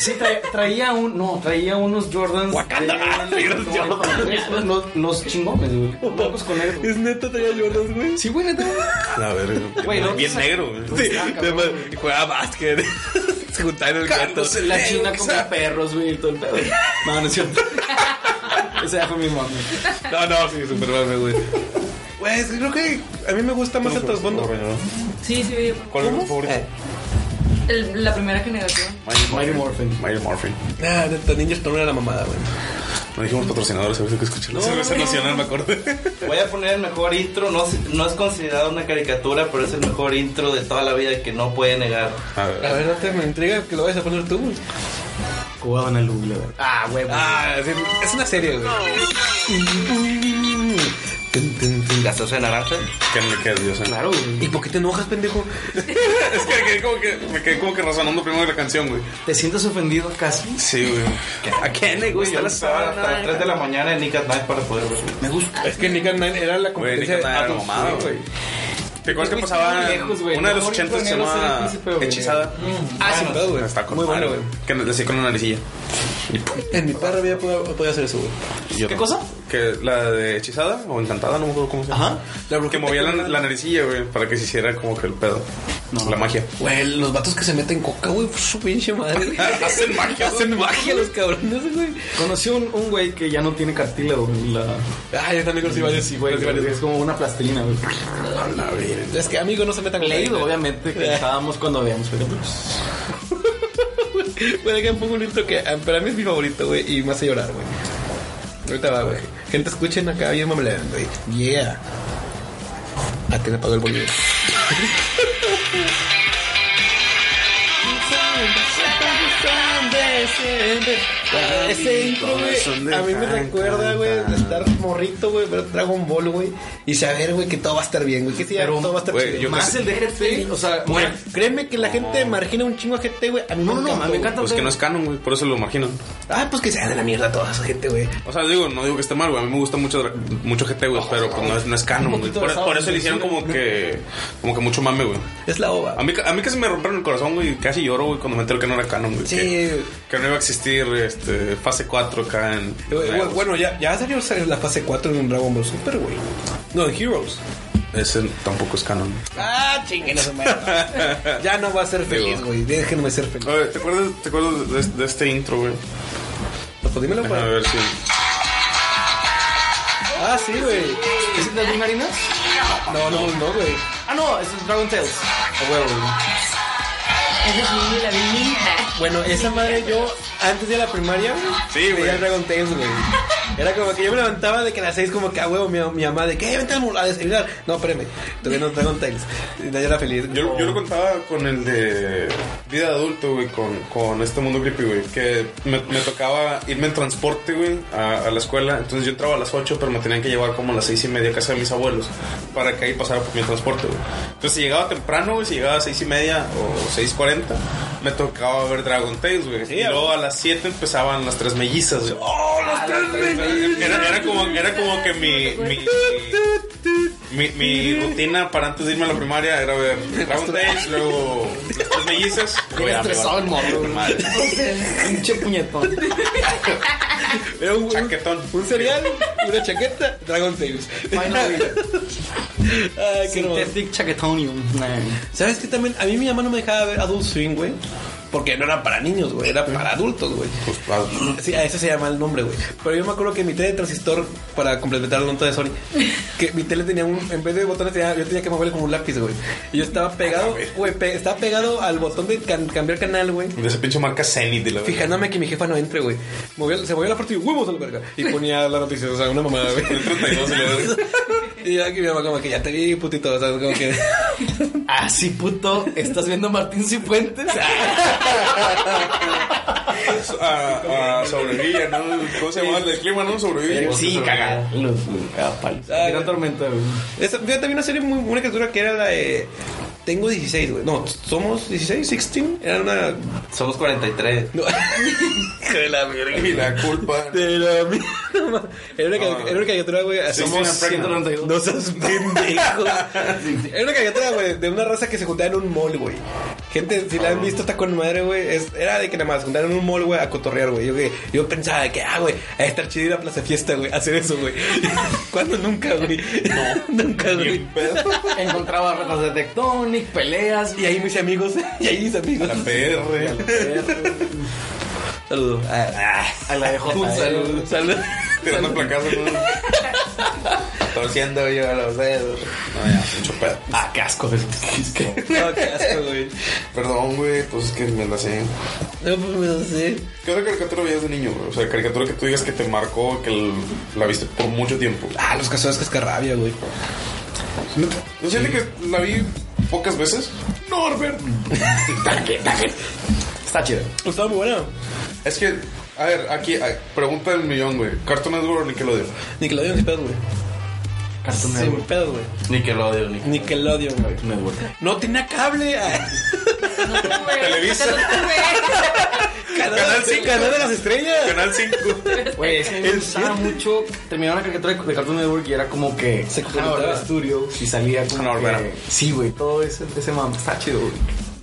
Speaker 3: Sí, tra- traía un. No, traía unos Jordans.
Speaker 1: Wakanda,
Speaker 3: de-
Speaker 1: ah, traía unos Jordans.
Speaker 3: Los, los chingones, güey. Blancos con negro.
Speaker 1: Es neta, traía Jordans, güey.
Speaker 3: Sí, güey, neta.
Speaker 2: A ver,
Speaker 3: Güey, no,
Speaker 2: bien
Speaker 3: esa-
Speaker 2: negro, güey.
Speaker 1: Sí, de más, y jugaba básquet. Se juntaban en el gato.
Speaker 3: Carlos, La China comía perros, güey, y todo el pedo. No, no es cierto. Esa fue mi mami.
Speaker 2: No, no, sí, super mame, güey.
Speaker 1: Güey, es que creo que a mí me gusta más el trasfondo.
Speaker 5: Sí, sí, yo-
Speaker 2: ¿Cuál es tu favorito?
Speaker 5: el- la primera generación.
Speaker 3: Mighty Morphin.
Speaker 2: Mighty Morphin.
Speaker 1: Ah, neta, Ninja Storm era la mamada, güey.
Speaker 2: No dijimos patrocinadores, a ver si que escuché. La cerveza nacional, me acuerdo.
Speaker 4: Voy a poner el mejor intro, no, es- no es considerado una caricatura, pero es el mejor intro de toda la vida que no puede negar.
Speaker 2: A
Speaker 1: A
Speaker 2: ver.
Speaker 1: ver, no te me intriga que lo vayas a poner tú, güey.
Speaker 3: Jugaban al Google, güey. Ah, güey, güey.
Speaker 1: Ah, es, es una serie, güey.
Speaker 4: Gaseosa de naranja.
Speaker 2: Que me quedé, Dios. eh.
Speaker 3: Claro, güey.
Speaker 1: ¿Y por qué te enojas, pendejo?
Speaker 2: Es que me quedé como que, me quedé como que razonando primero la canción, güey.
Speaker 3: ¿Te sientes ofendido casi?
Speaker 2: Sí, güey.
Speaker 4: ¿A quién le gusta la sábana? Hasta las 3 de la mañana en Nick at Night para poder verlo.
Speaker 3: Me gusta.
Speaker 1: Es que Nick and Nine era la competencia
Speaker 2: Nick and Nine era
Speaker 1: Adult
Speaker 2: mamada,
Speaker 1: Swim,
Speaker 2: güey. ¿Te acuerdas que pasaba
Speaker 3: Lejos, güey.
Speaker 2: una de los
Speaker 3: Mejor
Speaker 2: 80 se
Speaker 3: ingeniero será el
Speaker 2: llamaba
Speaker 3: príncipe, güey.
Speaker 2: Hechizada?
Speaker 1: Ah, sin pedo, güey.
Speaker 2: Está con
Speaker 1: Muy
Speaker 2: madre,
Speaker 1: bueno, güey.
Speaker 2: Que le hacía con una naricilla.
Speaker 1: En mi perra vida podía, podía hacer eso, güey.
Speaker 2: ¿Qué
Speaker 3: cosa?
Speaker 2: Que la de Hechizada o Encantada, no me acuerdo cómo se llama.
Speaker 1: La brujita
Speaker 2: que movía la,
Speaker 1: con-
Speaker 2: la naricilla, güey, para que se hiciera como que el pedo. la magia.
Speaker 1: Güey, los vatos que se meten coca, güey, por su pinche madre. güey.
Speaker 2: Hacen magia,
Speaker 1: Hacen magia los cabrones, güey.
Speaker 3: Conocí un, un güey que ya no tiene cartílago en la...
Speaker 1: Ah, yo también conocí varios, sí, güey. conocí varios,
Speaker 3: Es como una plastilina, güey.
Speaker 1: güey. Es que, amigo, no se metan con
Speaker 3: Leído,
Speaker 1: ella.
Speaker 3: obviamente, que estábamos cuando veíamos películas.
Speaker 1: Güey, déjame pongo un intro que ah, para mí es mi favorito, güey, y me hace llorar, güey. Ahorita va, güey. Gente, escuchen acá bien mameleando, güey. Yeah. Ah, te le apagó el volumen. Ese intro, güey, a mí me recuerda, güey, de estar morrito, güey, ver Dragon Ball, güey, y saber, güey, que todo va a estar bien, güey, que sí,
Speaker 3: Pero,
Speaker 1: todo va a estar
Speaker 2: güey,
Speaker 1: chido.
Speaker 2: yo
Speaker 3: Más
Speaker 2: casi-
Speaker 3: el de GT, o sea,
Speaker 1: Güey, créeme que la gente margina un chingo a gente, güey. A mí
Speaker 3: No,
Speaker 1: me
Speaker 3: no, no,
Speaker 1: encanta,
Speaker 3: me
Speaker 1: güey.
Speaker 3: encanta.
Speaker 2: Pues que no es canon, güey, por eso lo marginan.
Speaker 1: Ah, pues que se hagan de la mierda toda esa gente, güey.
Speaker 2: O sea, digo, no digo que esté mal, güey. A mí me gusta mucho, dra- mucho GT, güey, pero pues no es, no es canon, güey.
Speaker 3: poquito
Speaker 2: Por,
Speaker 3: basado
Speaker 2: por
Speaker 3: en
Speaker 2: eso le hicieron como que, como que mucho mame, güey.
Speaker 1: Es la ova.
Speaker 2: A mí, a mí casi me rompieron el corazón, güey. Casi lloro, güey, cuando me entero que no era canon, güey.
Speaker 1: Sí.
Speaker 2: Que, que no iba a existir este, fase 4 acá en.
Speaker 1: Güey, güey, eh, bueno, ya, ya salió la fase 4 en Dragon Ball Super, güey. No, en Heroes.
Speaker 2: Ese tampoco es canon.
Speaker 1: Ah, chinguen a su madre. Ya no va a ser feliz, güey. Déjenme ser feliz.
Speaker 2: A ver, ¿te acuerdas, te acuerdas de, de este intro, güey?
Speaker 1: No, pues dímelo,
Speaker 2: Déjame
Speaker 1: güey.
Speaker 2: ver si.
Speaker 1: Ah, sí, güey.
Speaker 3: ¿Es el de las marinas?
Speaker 1: No, no, no, güey.
Speaker 3: Ah, no, es el Dragon Tales. A huevo, güey.
Speaker 5: Esa es mi, la vinita.
Speaker 1: Bueno, esa madre yo, antes de la primaria, güey,
Speaker 2: Sí,
Speaker 1: veía
Speaker 2: güey.
Speaker 1: Dragon Tales, güey. Era como que yo me levantaba de que a las seis, como que a huevo, mi, mi mamá, de que, "Eh, vente al mur- a desayunar. No, espérame, todavía no Dragon Tales. Y yo era feliz.
Speaker 2: Yo, yo lo contaba con el de vida de adulto, güey, con, con este mundo creepy, güey, que me, me tocaba irme en transporte, güey, a, a la escuela. Entonces yo entraba a las 8, pero me tenían que llevar como a las 6 y media a casa de mis abuelos para que ahí pasara por mi transporte, güey. Entonces si llegaba temprano, güey, si llegaba a 6 y media o 6.40, me tocaba ver Dragon Tales, güey. y luego a las 7 empezaban las tres mellizas, güey. ¡Oh, las tres mellizas! Era, era como, era como que mi- mi- mi mi, mi rutina para antes de irme a la primaria era ver Dragon Tales, luego las tres mellizas. Güey, amigo,
Speaker 3: estresado el morro, güey.
Speaker 2: madre.
Speaker 3: Pinche puñetón.
Speaker 1: Era un, un,
Speaker 2: Chaquetón.
Speaker 1: un cereal, una chaqueta, Dragon Tales.
Speaker 3: Finally.
Speaker 1: Ay, qué hermoso.
Speaker 3: Synthetic Chaquetonium.
Speaker 1: ¿Sabes qué también? A mí mi mamá no me dejaba ver Adult Swim, güey. Porque no era para niños, güey, era para adultos, güey.
Speaker 2: Pues, vas.
Speaker 1: Sí, a eso se llama el nombre, güey. Pero yo me acuerdo que mi tele de transistor, para complementar la nota de Sony, que mi tele tenía un, en vez de botones, tenía- yo tenía que moverle como un lápiz, güey. Y yo estaba pegado,
Speaker 2: Ah,
Speaker 1: güey, pe- estaba pegado al botón de can- cambiar canal, güey.
Speaker 2: De esa pinche marca Zenith de la verga.
Speaker 1: Fijándome que mi jefa no entre, güey. Movió- se movió la puerta y huevos a la verga. Y ponía la noticia, o sea, una mamada, güey.
Speaker 2: El 32 de la verga.
Speaker 1: Y aquí mi mamá como que ya te vi, putito, o sea, como que...
Speaker 3: Ah, sí, puto. ¿Estás viendo a Martín Cifuentes?
Speaker 2: a, a sobrevivir, ¿no? ¿Cómo se llama? El clima, ¿no? Sobrevivía.
Speaker 3: Sí, caga. Los
Speaker 1: Ah,
Speaker 3: Gran tormenta, güey.
Speaker 1: Esa, fíjate, había una serie muy buena criatura que era la de. Tengo 16, güey. No, somos 16, 16. Era una.
Speaker 4: Somos 43.
Speaker 1: No. Hijo de la verga.
Speaker 2: Y la culpa.
Speaker 1: De la mierda. Era una, ca- era una caricatura, güey. Somos.
Speaker 2: sí, en Prague,
Speaker 3: 192.
Speaker 1: No seas pendejo. Era una caricatura, güey, de una raza que se juntaba en un mall, güey. Gente, si la han visto, está con madre, güey. Es- Era de que nada más juntaron en un mall, güey, a cotorrear, güey. Yo, que- yo pensaba de que, ah, güey, a estar chido ir a Plaza Fiesta, güey, hacer eso, güey. Cuando nunca, güey. No, nunca, güey.
Speaker 3: Encontraba ratas de Tectonic, peleas.
Speaker 1: Y ahí mis amigos, y ahí mis
Speaker 2: A
Speaker 1: amigos.
Speaker 2: la PR.
Speaker 1: Saludos. ah.
Speaker 3: A la de J.
Speaker 1: Saludos. Saludos.
Speaker 2: Tirando placazos, ¿no? Torciendo yo los dedos. No, ya, mucho pedo.
Speaker 3: Ah, casco de
Speaker 1: No, qué asco, güey.
Speaker 2: Perdón, güey, pues es que me la sé.
Speaker 1: No, pues me lo sé.
Speaker 2: ¿Qué otra caricatura veías de niño, güey? O sea, caricatura que tú digas que te marcó, que el- la viste por mucho tiempo.
Speaker 1: Ah, los cazadores cascarrabia, güey.
Speaker 2: Yo siento que la vi pocas veces. Norbert.
Speaker 3: Está chido.
Speaker 1: Estaba muy buena.
Speaker 2: Es que, a ver, aquí, a- pregunta del millón, güey. Cartoon Network o Nickelodeon.
Speaker 1: Nickelodeon sin pedo, güey.
Speaker 3: Cartoon
Speaker 1: Sin
Speaker 3: Network.
Speaker 1: pedo, güey.
Speaker 4: Nickelodeon. Nickelodeon.
Speaker 1: Nickelodeon, güey.
Speaker 3: Cartoon Network.
Speaker 1: No tenía cable. ah.
Speaker 2: Televisa.
Speaker 1: Canal,
Speaker 2: cinco.
Speaker 1: Canal de las estrellas.
Speaker 2: Canal 5.
Speaker 3: Güey, es que me gustaba mucho. Terminaba una caricatura de Cartoon Network y era como que
Speaker 1: Se
Speaker 3: Ah,
Speaker 1: conectaba.
Speaker 3: el estudio y salía como.
Speaker 2: No,
Speaker 3: que-
Speaker 2: bueno.
Speaker 3: Sí, güey, todo ese, ese mame. Está chido, güey.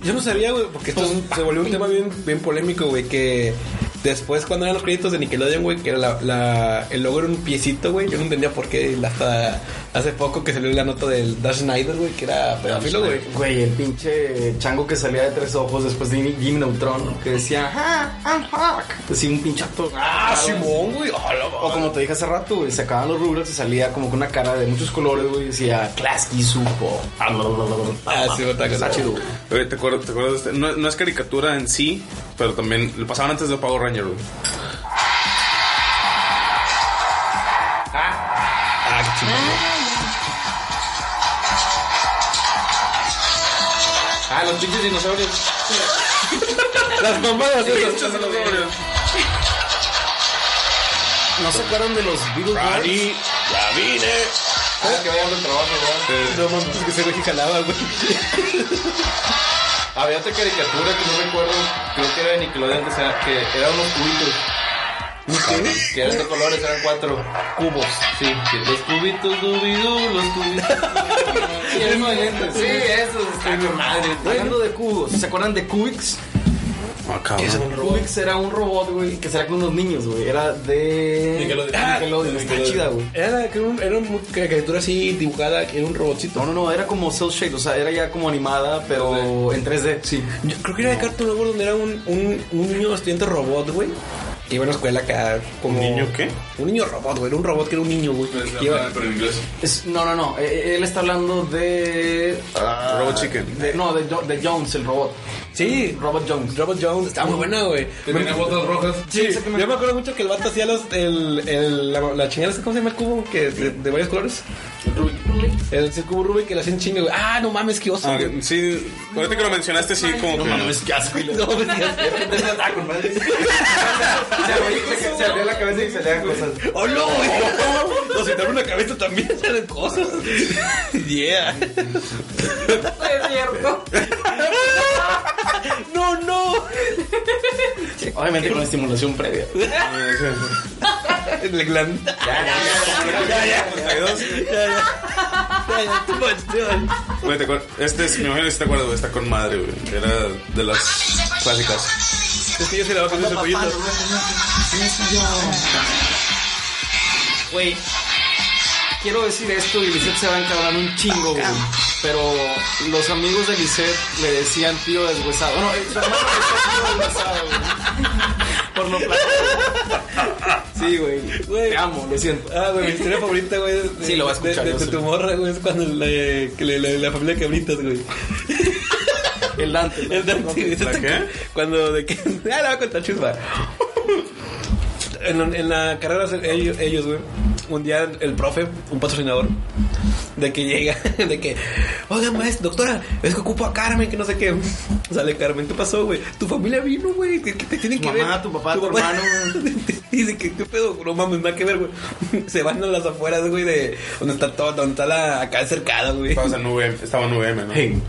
Speaker 1: Yo no sabía, güey, porque esto se volvió un tema bien, bien polémico, güey, que después cuando eran los créditos de Nickelodeon, güey, que era la, la- el logo era un piecito, güey, yo no entendía por qué hasta hace poco que salió la nota del Dash Snyder, güey, que era pedófilo, güey.
Speaker 3: Güey, el pinche chango que salía de tres ojos después de Jimmy Neutron que decía, ¡Ah, I'm Hawk! Decía un pinchato.
Speaker 1: Ah, Simón, güey, a la
Speaker 3: O como te dije hace rato, güey, se acababan los rubros y salía como con una cara de muchos colores, güey, y decía, Klasky Supo.
Speaker 1: Ah, sí, otra cosa.
Speaker 3: Está chido, güey.
Speaker 2: Oye, ¿te acuerdas, te acuerdas de este? No, no es caricatura en sí, pero también lo pasaban antes de Power Ranger, güey. Ah, qué chingón.
Speaker 3: Ah, los pinches dinosaurios.
Speaker 1: Las mamadas, güey.
Speaker 3: ¿No se acuerdan de los Beatles?
Speaker 2: Ah,
Speaker 3: Boys?
Speaker 2: Rani, ya vine.
Speaker 3: Ah, que vayan al trabajo, güey.
Speaker 2: Eh,
Speaker 1: No mames, que se güey jalaba, güey.
Speaker 4: Había otra caricatura que no recuerdo, creo que era de Nickelodeon, que, sea- que era unos cubitos. Que eran de colores, eran cuatro.
Speaker 1: Cubos.
Speaker 4: Sí, que los cubitos dubidú, los cubitos.
Speaker 3: Sí, esos movimientos.
Speaker 4: sí, eso está con madre.
Speaker 3: Hablando de cubos, ¿se acuerdan de Cubix?
Speaker 2: ah, cabrón.
Speaker 3: Cubix era un robot, güey, que será con unos niños, güey. Era
Speaker 1: Ah,
Speaker 3: de.
Speaker 4: Nickelodeon.
Speaker 3: Nickelodeon. Está
Speaker 4: Nickelodeon.
Speaker 3: chida, güey.
Speaker 1: Era, la- que era un- era una caricatura así dibujada, que era un robotcito.
Speaker 3: No, no, no, era como cel shade, o sea, era ya como animada, pero en 3D, sí.
Speaker 1: Yo creo que era de Cartoon Network donde era un, un, un niño estudiante robot, güey. Que iba a la escuela acá como...
Speaker 2: ¿Un niño qué?
Speaker 1: Un niño robot, güey. Era un robot que era un niño, güey. Que iba-
Speaker 2: Pero en inglés.
Speaker 3: Es- no, no, no, eh, él está hablando de. ah,
Speaker 2: Robot Chicken.
Speaker 3: de- no, de, Jo- de Jones, el robot.
Speaker 1: Sí,
Speaker 3: Robot Jones.
Speaker 1: Robot Jones. Estaba muy buena, güey.
Speaker 6: Tenía botas rojas.
Speaker 1: Sí, yo me acuerdo mucho que el vato hacía los, el, el, la, la chingada, esa, ¿cómo se llama el cubo? Que, de, de varios colores. El, el cubo Rubik que lo hacían chingo, güey. Ah, no mames, qué oso,
Speaker 2: Ah,
Speaker 1: güey.
Speaker 2: sí, ahorita que lo mencionaste, sí, como que.
Speaker 3: qué asco.
Speaker 1: No, me digas.
Speaker 3: Se abrió la cabeza y se le dan cosas.
Speaker 1: ¡Oh, no, güey! Nos sentaron una cabeza también, salen cosas. Yeah.
Speaker 6: Es cierto.
Speaker 1: No, no.
Speaker 3: Obviamente con estimulación previa.
Speaker 1: El glan. Ya, ya, ya, ya. Ya, ya, too much, too much.
Speaker 2: Güey, te acuerdas- Este es, me imagino que te acuerdas, güey, está con madre, güey. Era de las clásicas.
Speaker 1: Es que yo se la voy a poner ese pollito.
Speaker 3: Güey, quiero decir esto y Lisette se va a encabrar un chingo, güey. Pero los amigos de Lisette le decían tío deshuesado. No, eh, su hermano le decía tío deshuesado, güey. Por lo plano. Sí, güey.
Speaker 1: Güey.
Speaker 3: Te amo, lo siento.
Speaker 1: Ah, güey, mi historia favorita, güey. de-
Speaker 3: Sí, lo va a escuchar,
Speaker 1: De, de-
Speaker 3: yo
Speaker 1: de
Speaker 3: sé.
Speaker 1: tu morra, güey, es cuando la, que le- la, la familia Cabritas, güey.
Speaker 3: El Dante. ¿no?
Speaker 1: El Dante,
Speaker 2: ¿La qué?
Speaker 1: Cuando de que. Ah, la va a contar chusma. En, en la carrera, se- ellos, ellos, güey. Un día el profe, un patrocinador, de que llega, de que, oiga, maestra, doctora, es que ocupo a Carmen, que no sé qué. Sale Carmen, ¿qué pasó, güey? Tu familia vino, güey. ¿Qué, qué te tienen
Speaker 3: Tu
Speaker 1: que
Speaker 3: mamá,
Speaker 1: ver?
Speaker 3: tu papá, tu hermano.
Speaker 1: Dice que, ¿qué pedo? No mames, nada que ver, güey. Se van a las afueras, güey, de donde está todo, donde está la acá cercada, güey.
Speaker 2: Estabas en UVM, estaba en UVM, ¿no?
Speaker 1: Hey,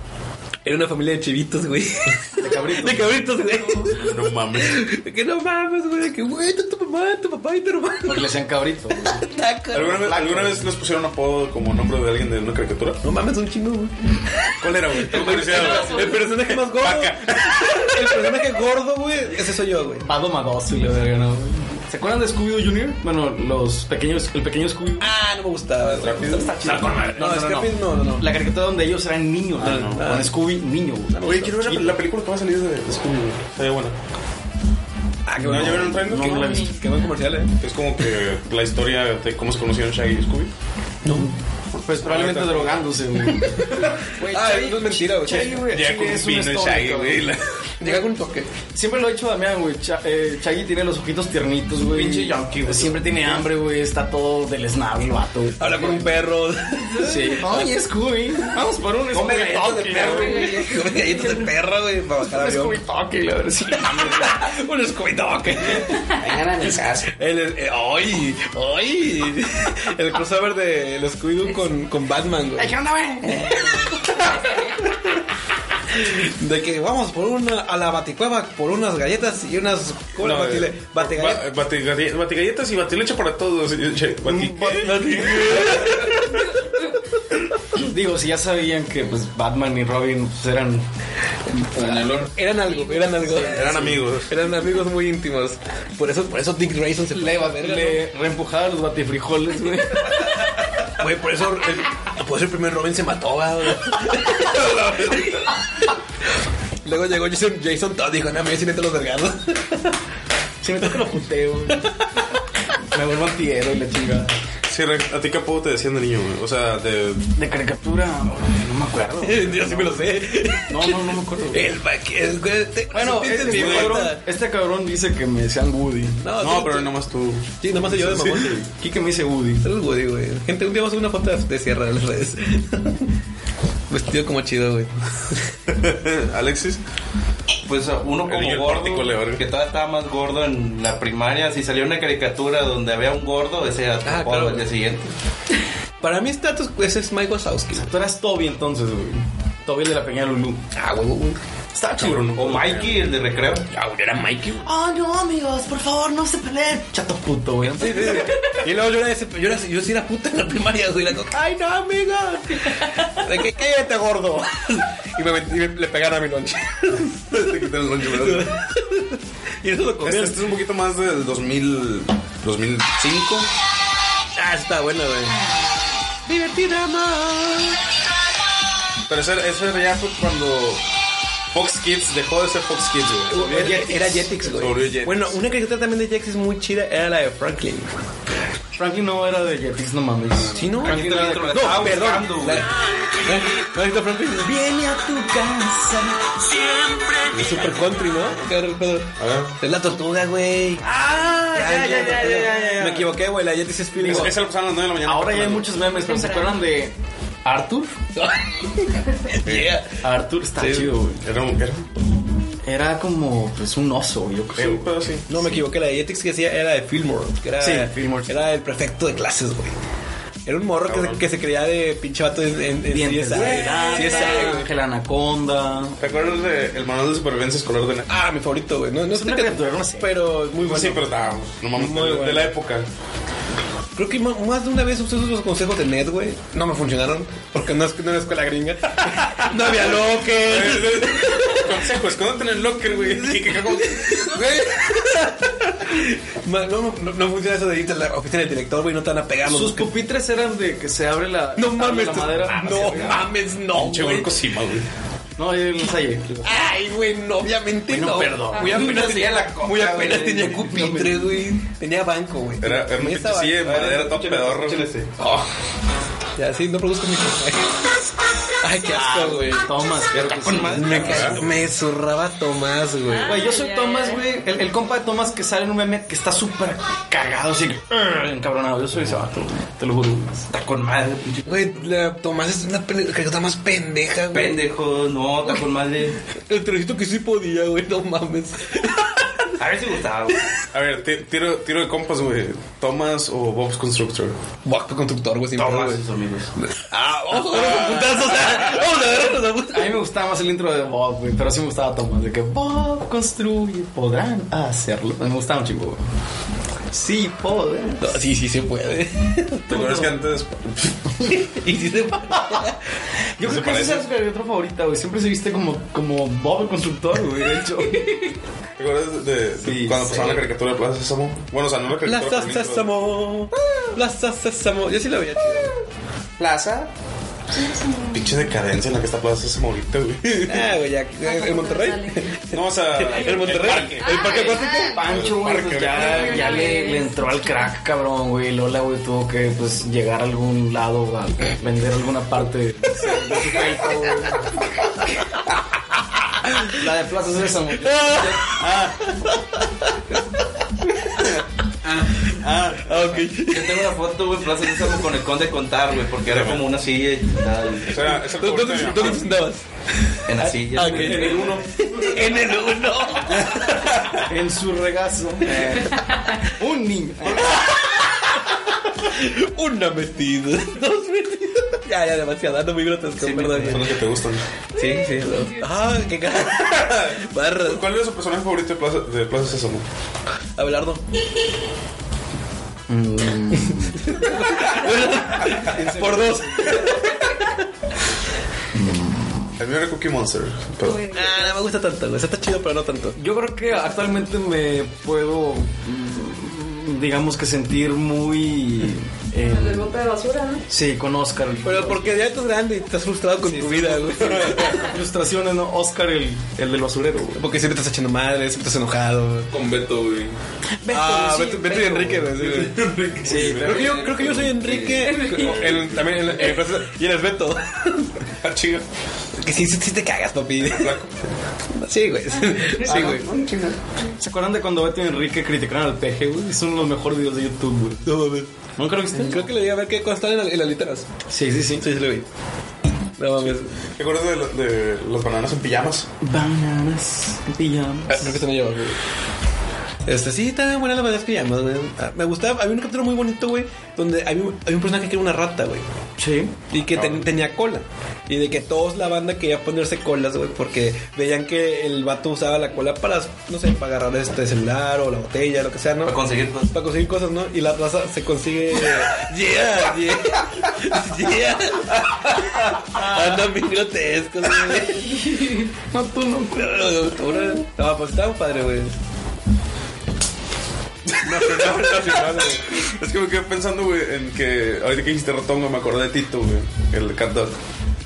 Speaker 1: Era una familia de chivitos, güey. De cabritos. De cabritos, güey.
Speaker 2: No mames.
Speaker 1: De Que no mames, güey. de Que, güey, está tu mamá, tu papá y tu hermano.
Speaker 3: Porque le hacían cabrito. güey.
Speaker 1: Taca.
Speaker 2: ¿Alguna vez, ¿Alguna vez les pusieron apodo como nombre de alguien de una caricatura?
Speaker 1: No mames, un chingo, güey.
Speaker 2: ¿Cuál era, güey? Tengo
Speaker 1: El,
Speaker 2: curiosidad, güey.
Speaker 1: el personaje más gordo.
Speaker 2: Vaca.
Speaker 1: El personaje gordo, güey. Ese soy yo, güey.
Speaker 3: Pado Madoso y la verga, ¿no? ¿Se acuerdan de Scooby-Doo Jr.? Bueno, los pequeños, el pequeño Scooby-Doo.
Speaker 1: Ah, no me gustaba. güey.
Speaker 3: Está chido.
Speaker 1: No, Scrappy, no, no, no.
Speaker 3: La caricatura donde ellos eran niños,
Speaker 2: Ah,
Speaker 3: ¿no?
Speaker 2: no.
Speaker 3: Con Scooby, niño. güey.
Speaker 2: Oye, quiero ver la, la película que va a salir de de Scooby, güey. Está buena.
Speaker 1: Ah, qué
Speaker 2: ¿No
Speaker 1: bueno.
Speaker 2: ya vieron el trailer?
Speaker 1: Qué,
Speaker 2: No, no la he visto.
Speaker 1: qué buen comercial, eh.
Speaker 2: Es como que la historia de cómo se conocieron Shaggy y Scooby.
Speaker 3: Pues probablemente
Speaker 2: Ahorita.
Speaker 3: drogándose, güey. Güey,
Speaker 1: Ah,
Speaker 3: Chevy-
Speaker 1: no es mentira, güey.
Speaker 3: Chevy, güey.
Speaker 2: Llega con
Speaker 3: Chevy
Speaker 2: un
Speaker 3: es
Speaker 2: pino en
Speaker 3: un estómago,
Speaker 2: Shaggy, güey. la-
Speaker 3: cabrón.
Speaker 1: Llega con un toque.
Speaker 3: Siempre lo ha dicho Damián, güey. Cha- eh, Chaggy tiene los ojitos tiernitos, güey.
Speaker 2: Pinche yankee, güey.
Speaker 3: Siempre tiene hambre, güey. Está todo deleznado el vato, güey.
Speaker 1: Habla con un perro.
Speaker 3: Sí. Ay, Scooby. Vamos por un
Speaker 1: Come
Speaker 3: Scooby
Speaker 1: galletas de
Speaker 3: Toque,
Speaker 1: perro,
Speaker 3: güey.
Speaker 1: güey. Come galletas de perro, güey. Para bajar
Speaker 3: Un
Speaker 1: avión.
Speaker 3: Scooby Toque, la verdad. Sí,
Speaker 1: Un Scooby
Speaker 4: Vengan a mi casa.
Speaker 1: El, el- eh, ¡Ay! ¡Ay! El crossover de el Scooby-Doo con, con Batman, güey.
Speaker 3: ¿Qué onda, güey?
Speaker 1: De que vamos por una, a la baticueva por unas galletas y unas. ¿Cómo
Speaker 2: No,
Speaker 1: la batile?
Speaker 2: eh,
Speaker 1: Batigalletas.
Speaker 2: ba- batigalle- Batigalletas y batileche para todos. Y- che, Mm, bati-
Speaker 3: Digo, si ya sabían que pues, Batman y Robin pues, eran.
Speaker 1: Eran algo, eran algo.
Speaker 2: Eran amigos.
Speaker 1: Eran amigos muy íntimos. Por eso, por eso Dick Grayson se fue a la verga, ¿no?
Speaker 3: Le reempujaban los batifrijoles, güey.
Speaker 1: Güey, por eso, el, por eso el primer Robin se mató, güey. Luego llegó Jason, Jason Todd y dijo, no, me voy a los vergados.
Speaker 3: Si me toca lo puteo, güey. Me vuelvo antihéroe y la chingada.
Speaker 2: Sí, Re- ¿a ti qué apodo te decían de niño, güey? O sea, de...
Speaker 3: De caricatura, no me acuerdo.
Speaker 1: Yo sí me lo sé.
Speaker 3: No, no, no me acuerdo.
Speaker 1: El vaquero, güey. te-
Speaker 3: Bueno,
Speaker 1: te- te-
Speaker 3: este
Speaker 1: te-
Speaker 3: cabrón, este cabrón dice que me decían Woody.
Speaker 1: No,
Speaker 2: No,
Speaker 1: sí,
Speaker 2: pero
Speaker 1: tú-
Speaker 2: nomás tú.
Speaker 1: Sí, nomás yo de mamón.
Speaker 3: Kike me dice Woody.
Speaker 1: Eres Woody, güey. Gente, un día vamos a hacer una foto de- de Sierra en las redes. Vestido como chido, güey.
Speaker 2: Alexis.
Speaker 4: Pues ah, uno
Speaker 2: El
Speaker 4: como
Speaker 2: niño pórtico, la
Speaker 4: gordo,
Speaker 2: verga.
Speaker 4: que todavía estaba más gordo en la primaria. Si salía una caricatura donde había un gordo, ese era tu
Speaker 1: Ah,
Speaker 4: apodo
Speaker 1: claro.
Speaker 4: el día siguiente.
Speaker 1: Para mí, status, pues, ese es Mike Wazowski.
Speaker 3: Tú eras Toby entonces, güey. Toby el de la pequeña Lulu.
Speaker 1: Ah, güey, güey.
Speaker 3: Está chido, ¿no?
Speaker 4: O Mikey, el de recreo.
Speaker 3: Oh, no, amigos, por favor, no se peleen. Chato puto, güey.
Speaker 1: Y luego yo era ese, yo, era, yo sí era puta en la primaria, güey. La co- Ay, no, amigo. De que cállate, gordo. Y me, metí- y me- le pegaron a mi lonche.
Speaker 2: Te quitan el lonche, ¿verdad?
Speaker 1: Y eso lo comí.
Speaker 2: Este, este es un poquito más del 2000, 2005.
Speaker 1: Ah, está bueno, güey. Divertida más.
Speaker 2: Pero ese, ese ya fue cuando Fox Kids dejó de ser Fox Kids, güey.
Speaker 1: Era, era Jetix,
Speaker 2: Se volvió
Speaker 1: güey.
Speaker 2: Jetix.
Speaker 1: Bueno, una caricatura también de Jetix muy chida era la de Franklin.
Speaker 3: Franklin no era de Jetix, no mames.
Speaker 1: Sí, no,
Speaker 3: Franklin era de
Speaker 1: no,
Speaker 3: Corazón.
Speaker 1: perdón. La- ¿Eh? ¿No has visto Franklin? Viene a tu casa. Siempre. Es super country, ¿no? Cabrón, Pedro.
Speaker 2: A ver.
Speaker 1: Es la tortuga, güey.
Speaker 3: Ah, ya, ya, ya, ya, ya, ya.
Speaker 1: Me equivoqué, güey. La Jetix es Spirit.
Speaker 2: Es, ese lo pasaron a las 9 de la mañana.
Speaker 3: Ahora ya hay muchos memes, pero ¿se acuerdan de Arthur?
Speaker 1: yeah.
Speaker 3: Arthur está chido, güey.
Speaker 2: Era un era
Speaker 3: Era como, pues, un oso, yo creo.
Speaker 2: un pedo así.
Speaker 1: No, me equivoqué. La de Jetix que hacía era de Fillmore. Que era,
Speaker 3: Sí, Fillmore, sí.
Speaker 1: Era el prefecto de clases, güey. Era un morro que se, que se creía de pinche vato en, en, en
Speaker 3: Dientes
Speaker 1: CSI,
Speaker 3: Ah, de
Speaker 1: güey. CSI, güey.
Speaker 3: Ángel Anaconda.
Speaker 2: ¿Te acuerdas del el manual de supervivencia escolar de la...
Speaker 1: Ah, mi favorito, güey. No, no
Speaker 3: Es
Speaker 1: sé
Speaker 3: una
Speaker 1: qué-
Speaker 3: criatura, no sé.
Speaker 1: Pero es muy bueno.
Speaker 2: sí, pero está... No mames,
Speaker 1: Muy
Speaker 2: de,
Speaker 1: bueno.
Speaker 2: de la época.
Speaker 1: Creo que ma- más de una vez usé esos consejos de Ned, güey. No me funcionaron porque no es que no era escuela gringa. no había lockers.
Speaker 2: Consejo, escóndete en el locker, güey. Y que cagó.
Speaker 1: Ma- no, no, no funciona eso de irte a la oficina del director, güey. No te van a pegar los
Speaker 3: Sus
Speaker 1: busques.
Speaker 3: pupitres eran de que se abre la,
Speaker 1: No
Speaker 3: abre
Speaker 1: mames,
Speaker 3: la
Speaker 1: te-
Speaker 3: madera.
Speaker 1: no mames, no,
Speaker 2: Che,
Speaker 1: güey.
Speaker 2: güey, cosima, güey.
Speaker 3: No, yo los hallé.
Speaker 1: Ay, güey, no, obviamente
Speaker 3: Bueno,
Speaker 1: no.
Speaker 3: perdón.
Speaker 1: Muy apenas
Speaker 3: Yo
Speaker 1: tenía,
Speaker 3: hacía la coca,
Speaker 1: muy apenas
Speaker 3: güey.
Speaker 1: tenía cupitres, güey. Tenía banco, güey.
Speaker 2: Era, era una
Speaker 1: Mesa
Speaker 2: pinche silla de
Speaker 1: banco.
Speaker 2: madera todo pedorro. güey.
Speaker 1: Ya, sí, no produzco mi Ay, qué asco, güey.
Speaker 3: Tomás, claro que sí.
Speaker 1: Me, ca- me zurraba Tomás, güey.
Speaker 4: Ah.
Speaker 3: Güey, yo soy
Speaker 5: Ay,
Speaker 3: Tomás,
Speaker 5: ay,
Speaker 3: güey. El, el compa de Tomás que sale en un meme que está súper cagado, así que, "Arr", encabronado. Yo soy ese vato, güey. Te lo juro. güey. Está con madre, pinche.
Speaker 1: Güey, la Tomás es una pende- caricatura más pendeja, güey.
Speaker 4: Pendejo, no, está con madre.
Speaker 1: El trocito que sí podía, güey, no mames.
Speaker 4: A ver si gustaba, güey.
Speaker 2: A ver, ti- tiro, tiro de compas, güey. ¿Thomas o Bob's Constructor?
Speaker 1: Guapo constructor, güey, siempre,
Speaker 4: Toma a
Speaker 1: güey.
Speaker 4: sus amigos.
Speaker 1: Ah, vamos a ver los putazos. ah, Vamos a ver los putazos.
Speaker 3: A mí me gustaba más el intro de Bob, güey. Pero sí me gustaba Tomás. De que Bob construye, podrán hacerlo. Me gustaba un chingo, güey. Sí, podrán.
Speaker 1: No, sí, sí se puede.
Speaker 2: ¿Te acuerdas que antes
Speaker 1: Y sí se puede.
Speaker 3: Yo
Speaker 2: ¿Se
Speaker 3: creo que esa es
Speaker 2: parece?
Speaker 3: su caricatura favorita, güey. Siempre se viste como, como Bob el constructor, güey. De hecho.
Speaker 2: ¿Te acuerdas de, de
Speaker 3: Sí,
Speaker 2: cuando
Speaker 3: sí.
Speaker 2: pasaban la caricatura de Plaza Sésamo? Bueno, o sea, no la
Speaker 1: La
Speaker 2: caricatura. pero el libro.
Speaker 1: sasamo. La sasamo. Yo sí la veía chido.
Speaker 2: Plaza. Pinche decadencia en la que está Plaza Sésamo ahorita, güey.
Speaker 1: Ah, güey, ya. El Monterrey.
Speaker 2: No, o sea,
Speaker 1: El Monterrey.
Speaker 2: parque.
Speaker 1: El parque acuático.
Speaker 3: Pancho, güey, pues ya, ya le, le entró al crack, cabrón, güey. Lola, güey, tuvo que pues llegar a algún lado a vender alguna parte de su de su cuerpo, güey. La de Plaza Sésamo.
Speaker 1: Ah, ok.
Speaker 4: Yo tengo una foto, güey, plaza de Sésamo con el conde contar, güey, porque era como una silla y nada,
Speaker 2: O
Speaker 4: güey.
Speaker 2: sea, es el
Speaker 1: ¿Dó-
Speaker 2: favorito
Speaker 1: ¿Dónde,
Speaker 2: de mi
Speaker 1: dónde
Speaker 2: mamá.
Speaker 1: te sentabas?
Speaker 4: en la silla.
Speaker 1: Ah, ok.
Speaker 4: güey.
Speaker 1: uno. En el uno.
Speaker 3: En su regazo. eh, un niño.
Speaker 1: Una metida. Dos metidas. Ya, ya, demasiada. No muy grotesco,
Speaker 4: Sí,
Speaker 1: perdón.
Speaker 4: metida.
Speaker 2: Son los que te gustan.
Speaker 4: Sí, sí, lo-
Speaker 1: Ah, qué cara. Barras.
Speaker 2: ¿Cuál era su personaje favorito de Plaza, de Plaza Sésamo?
Speaker 1: Abelardo. Mm. Por dos.
Speaker 2: El mío era Cookie Monster. Pero
Speaker 1: Ah, no me gusta tanto. güey. O sea, está chido, pero no tanto.
Speaker 3: Yo creo que actualmente me puedo, mm, digamos que sentir muy... eh,
Speaker 6: El del bote de basura, ¿no?
Speaker 3: sí, con Oscar.
Speaker 1: Pero porque ya estás grande y estás frustrado con tu vida, güey.
Speaker 3: Frustraciones, ¿no? Oscar, el, el del basurero, güey.
Speaker 1: Porque siempre estás echando madre, siempre estás enojado.
Speaker 2: con Beto, güey.
Speaker 1: ah,
Speaker 3: sí,
Speaker 1: Beto, Beto y
Speaker 3: Beto.
Speaker 1: Enrique, güey. sí, güey.
Speaker 3: Sí,
Speaker 1: Creo que, yo, creo que yo soy Enrique. El- también el- el- y eres Beto.
Speaker 2: Ah, chido.
Speaker 1: Que sí, sí, sí te cagas, papi. Sí, güey. Sí, güey.
Speaker 3: ¿Se acuerdan de cuando Beto y Enrique criticaron al peje, güey? Es uno de los mejores videos de YouTube, güey.
Speaker 1: No mames.
Speaker 3: ¿Nunca lo viste?
Speaker 1: Creo que le di a ver qué constan en, la- en las literas.
Speaker 3: Sí, sí, sí.
Speaker 1: Sí, sí, lo vi. No mames.
Speaker 2: ¿Te acuerdas de, la- de las bananas en pijamas?
Speaker 3: Bananas, pijamas.
Speaker 1: Creo que se me lleva, güey. Ah. Este, sí, está buena la verdad es que llamas, güey. Ah, Me gustaba, había un capítulo muy bonito, güey, donde había, un- había un personaje que era una rata, güey,
Speaker 3: Sí.
Speaker 1: y que ten- tenía cola. Y de que todos la banda quería ponerse colas, güey, porque veían que el vato usaba la cola para, no sé, para agarrar este celular o la botella, lo que sea, ¿no?
Speaker 4: Para conseguir cosas.
Speaker 1: Para conseguir cosas, ¿no? Y la raza se consigue. Yeah, yeah. Yeah. Anda bien grotesco, güey. No, tú no. tú no. No, pues estaba padre, güey.
Speaker 2: No, pero no, no, sí, no, güey. Es que me quedé pensando, güey, en que ahorita que dijiste ratón, güey, me acordé de Tito, güey. El cat dog.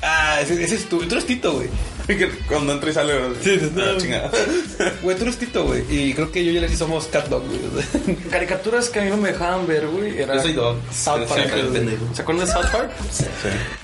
Speaker 1: Ah, ese, ese es tu. Tú eres Tito, güey.
Speaker 2: Y que cuando entra y sale, güey.
Speaker 1: Sí, sí,
Speaker 2: Ah,
Speaker 1: no.
Speaker 2: chingada.
Speaker 1: Güey, tú eres Tito, güey. Y creo que yo y Alexis somos cat dog, güey.
Speaker 3: Caricaturas que a mí no me dejaban ver, güey. Era
Speaker 4: Yo soy dog.
Speaker 3: South
Speaker 4: Pero
Speaker 3: Park.
Speaker 4: siempre
Speaker 3: güey.
Speaker 4: pendejo.
Speaker 3: ¿Se acuerdan de South Park?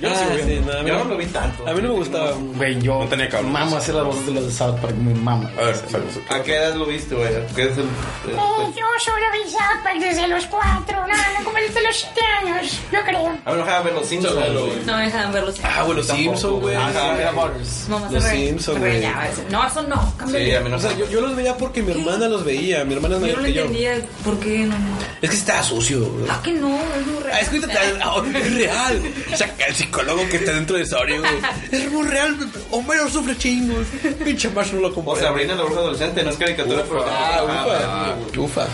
Speaker 1: Yo
Speaker 3: sigo viendo.
Speaker 1: Ah, no, a mí
Speaker 4: Yo
Speaker 1: no
Speaker 4: no lo vi tanto.
Speaker 1: A mí no me gustaba.
Speaker 3: Güey, yo
Speaker 2: No tenía cable.
Speaker 3: mamo hacer las voces de los de South Park, me mama.
Speaker 2: A ver, saludos.
Speaker 4: ¿A qué edad lo viste, güey? ¿A qué edad lo-
Speaker 7: Eh, yo solo vi South Park desde los cuatro, no, no como desde los siete años, yo creo.
Speaker 4: A mí me dejaba ver los Simpsons, güey.
Speaker 5: No me dejaban verlos.
Speaker 1: Ah, güey, los Simpsons, güey.
Speaker 3: Era Butters.
Speaker 5: Mamá
Speaker 1: los
Speaker 5: se re-
Speaker 1: Simpson,
Speaker 5: se
Speaker 1: güey.
Speaker 5: rayaba, decía, No, eso no. cámbiale".
Speaker 4: Sí, a mí no
Speaker 1: O sea, yo, yo los veía porque mi hermana los veía. Mi hermana es
Speaker 5: yo
Speaker 1: mayor
Speaker 5: no lo
Speaker 1: que yo.
Speaker 5: entendía por qué no.
Speaker 1: Es que estaba sucio, güey.
Speaker 5: Ah, que no, es muy real.
Speaker 1: Ah, es que ahorita te- ah, es real. Saca el psicólogo que está dentro de Sony, güey. Es muy real. Homero sufre chingos. Pinche Marsh no lo
Speaker 4: O
Speaker 1: compone.
Speaker 4: Sabrina la bruja adolescente, no es caricatura, pero...
Speaker 1: Ah, ufa. ufa.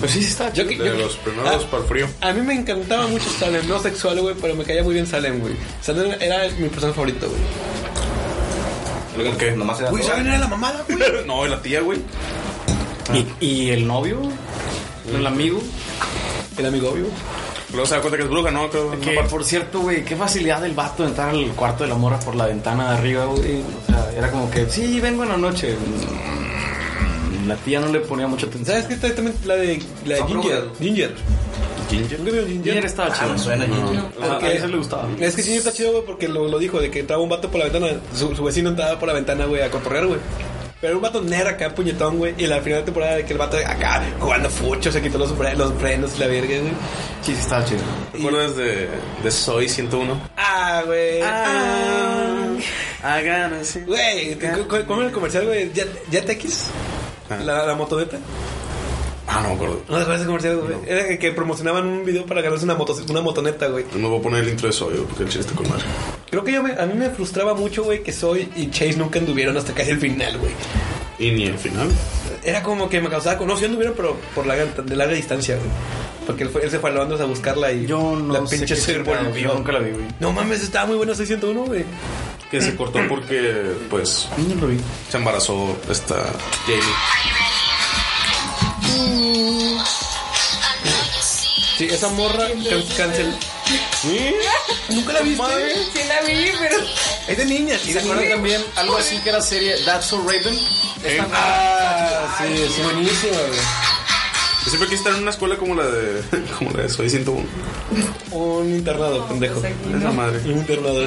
Speaker 3: Pues sí, sí está
Speaker 1: Yo que- yo
Speaker 2: De
Speaker 1: que-
Speaker 2: los primeros
Speaker 1: ah,
Speaker 2: para el frío.
Speaker 1: A mí me encantaba mucho Salem, no sexual, güey, pero me caía muy bien Salem, güey. Salem era mi personaje favorito, güey.
Speaker 4: ¿Por qué? Nomás era...
Speaker 1: Salem era la mamada, güey.
Speaker 2: No, y la tía, güey.
Speaker 3: ¿Y, y el novio? ¿El amigo?
Speaker 1: El amigo obvio.
Speaker 2: Luego se da cuenta que es bruja, ¿no? Creo,
Speaker 3: Que,
Speaker 2: una parte.
Speaker 3: por cierto, güey, qué facilidad del vato de entrar al cuarto de la morra por la ventana de arriba, güey. O sea, era como que, sí, vengo en la noche. Mm, La tía no le ponía mucha atención.
Speaker 1: ¿Sabes qué? Está también la de, la de
Speaker 4: Son
Speaker 1: Ginger.
Speaker 4: brujas.
Speaker 1: Ginger.
Speaker 2: Ginger.
Speaker 1: Nunca vieron Ginger.
Speaker 3: Ginger estaba
Speaker 4: Ah,
Speaker 3: chido.
Speaker 4: me suena Ginger.
Speaker 1: Porque-
Speaker 3: a ese le gustaba.
Speaker 1: Es que Ginger está chido, güey, porque lo, lo dijo, de que entraba un vato por la ventana, su, su vecino entraba por la ventana, güey, a cotorrear, güey. Pero era un vato negro acá, puñetón, güey. Y la final de temporada de que el vato acá jugando fucho, se quitó los, fre- los frenos y la verga, güey.
Speaker 3: Sí, sí, estaba chido.
Speaker 2: ¿Te acuerdas de, de Soy 101?
Speaker 1: Ah, güey. Ah.
Speaker 2: Hagan así.
Speaker 1: Güey, te- cu- cu- ¿cómo era el comercial, güey? ¿Ya, ya te X?
Speaker 2: Ah.
Speaker 1: La, la motoneta.
Speaker 2: Ah, no me acuerdo.
Speaker 1: ¿No te acuerdas de comercial, güey? Era el que promocionaban un video para ganarse una, moto, una motoneta, güey.
Speaker 2: No voy a poner el intro de Soy, güey, porque el chiste está con madre.
Speaker 1: Creo que yo me, a mí me frustraba mucho, güey, que Soy y Chase nunca anduvieron hasta casi el final, güey.
Speaker 2: Y ni el final.
Speaker 1: Era como que me causaba... No, sí anduvieron, pero por la, gran- de larga distancia, güey. Porque él, fue- él se fue a Londres a buscarla y
Speaker 3: Yo no
Speaker 1: la
Speaker 3: sé
Speaker 1: pinche
Speaker 3: qué
Speaker 1: se
Speaker 3: chingados,
Speaker 1: volvió.
Speaker 3: yo nunca la vi, güey.
Speaker 1: No mames, estaba muy buena 601, güey.
Speaker 2: Que se cortó porque, pues,
Speaker 3: Yo no lo vi.
Speaker 2: se embarazó esta
Speaker 1: Este,
Speaker 2: Jamie.
Speaker 1: Sí, esa morra can- cancel... ¿Nunca la viste?
Speaker 5: Sí la vi, pero
Speaker 1: Es de niñas.
Speaker 3: ¿Y se acuerdan también algo así que era serie That's So Raven? Esta-
Speaker 1: Eh, Ah, sí, es buenísima, güey.
Speaker 2: Yo siempre quise estar en una escuela como la de, como la de Soy 101.
Speaker 1: Un internado, pendejo.
Speaker 2: Esa madre.
Speaker 1: Un internado.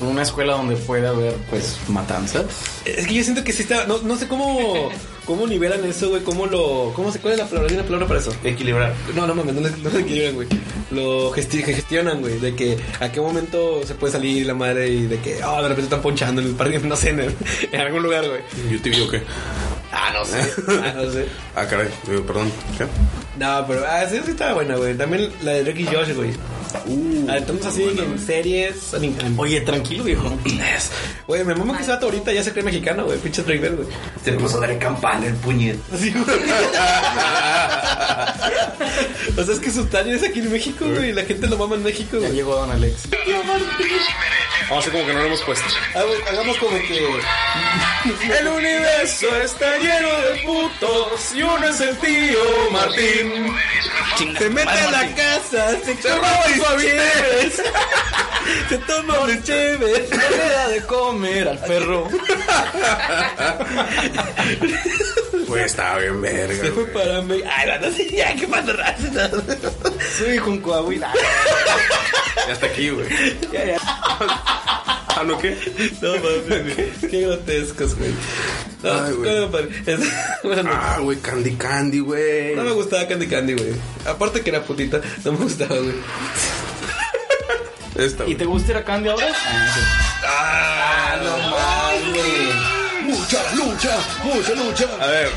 Speaker 3: Una escuela donde puede haber, pues, matanzas.
Speaker 1: Es que yo siento que sí está. No, no sé cómo. ¿Cómo nivelan eso, güey? ¿Cómo lo.? ¿Cómo se cuál es la palabra? ¿Hay una palabra para eso?
Speaker 4: Equilibrar.
Speaker 1: No, no mames, no, les- no lo equilibran, güey. Lo gesti- gestionan, güey. De que a qué momento se puede salir la madre y de que. Ah, de repente están ponchando en el parque, no sé, en, el- en algún lugar, güey.
Speaker 2: ¿YouTube o qué?
Speaker 1: Ah, no sé. Ah, no sé.
Speaker 2: Ah, caray. Digo, perdón. ¿Qué?
Speaker 1: No, pero. Ah, sí, sí estaba buena, güey. También la de Drake y Josh, güey. Uh. Entonces así en series. anim- anim-
Speaker 3: Oye, tranquilo, viejo.
Speaker 1: Güey, me mamo que ese vato ahorita ya se cree mexicano, güey. Pinche Drake Bell, güey.
Speaker 4: Se puso a dar en campana el puñet.
Speaker 1: Así, güey. o sea, es que su tallo es aquí en México, güey. y La gente lo mama en México,
Speaker 3: Ya
Speaker 1: güey.
Speaker 3: llegó Don Alex.
Speaker 2: Vamos a hacer como que no lo hemos puesto.
Speaker 1: Ah, güey, hagamos como que.
Speaker 2: El universo está lleno de putos y uno es el tío Martín.
Speaker 1: Se mete a la casa, se, roba sus cheves. se toma un cheves.
Speaker 3: No le da de comer al perro.
Speaker 2: Güey, estaba bien verga.
Speaker 1: Se fue
Speaker 2: güey.
Speaker 1: para México. Ay, la no sé ya, qué pasa, raza.
Speaker 3: Soy hijo un coahuila.
Speaker 2: Y hasta aquí, güey. ¿Ah, no qué?
Speaker 1: No mames, güey. qué grotescos, güey. No,
Speaker 2: Ay, güey.
Speaker 1: no, padre. Es- bueno, no.
Speaker 2: Ah, güey, Candy Candy, güey.
Speaker 1: No me gustaba Candy Candy, güey. Aparte que era putita, no me gustaba, güey.
Speaker 2: Esta,
Speaker 3: ¿Y
Speaker 2: güey.
Speaker 3: te gusta ir a Candy ahora?
Speaker 1: Ah, no mames. Mucha lucha, mucha lucha.
Speaker 2: A ver,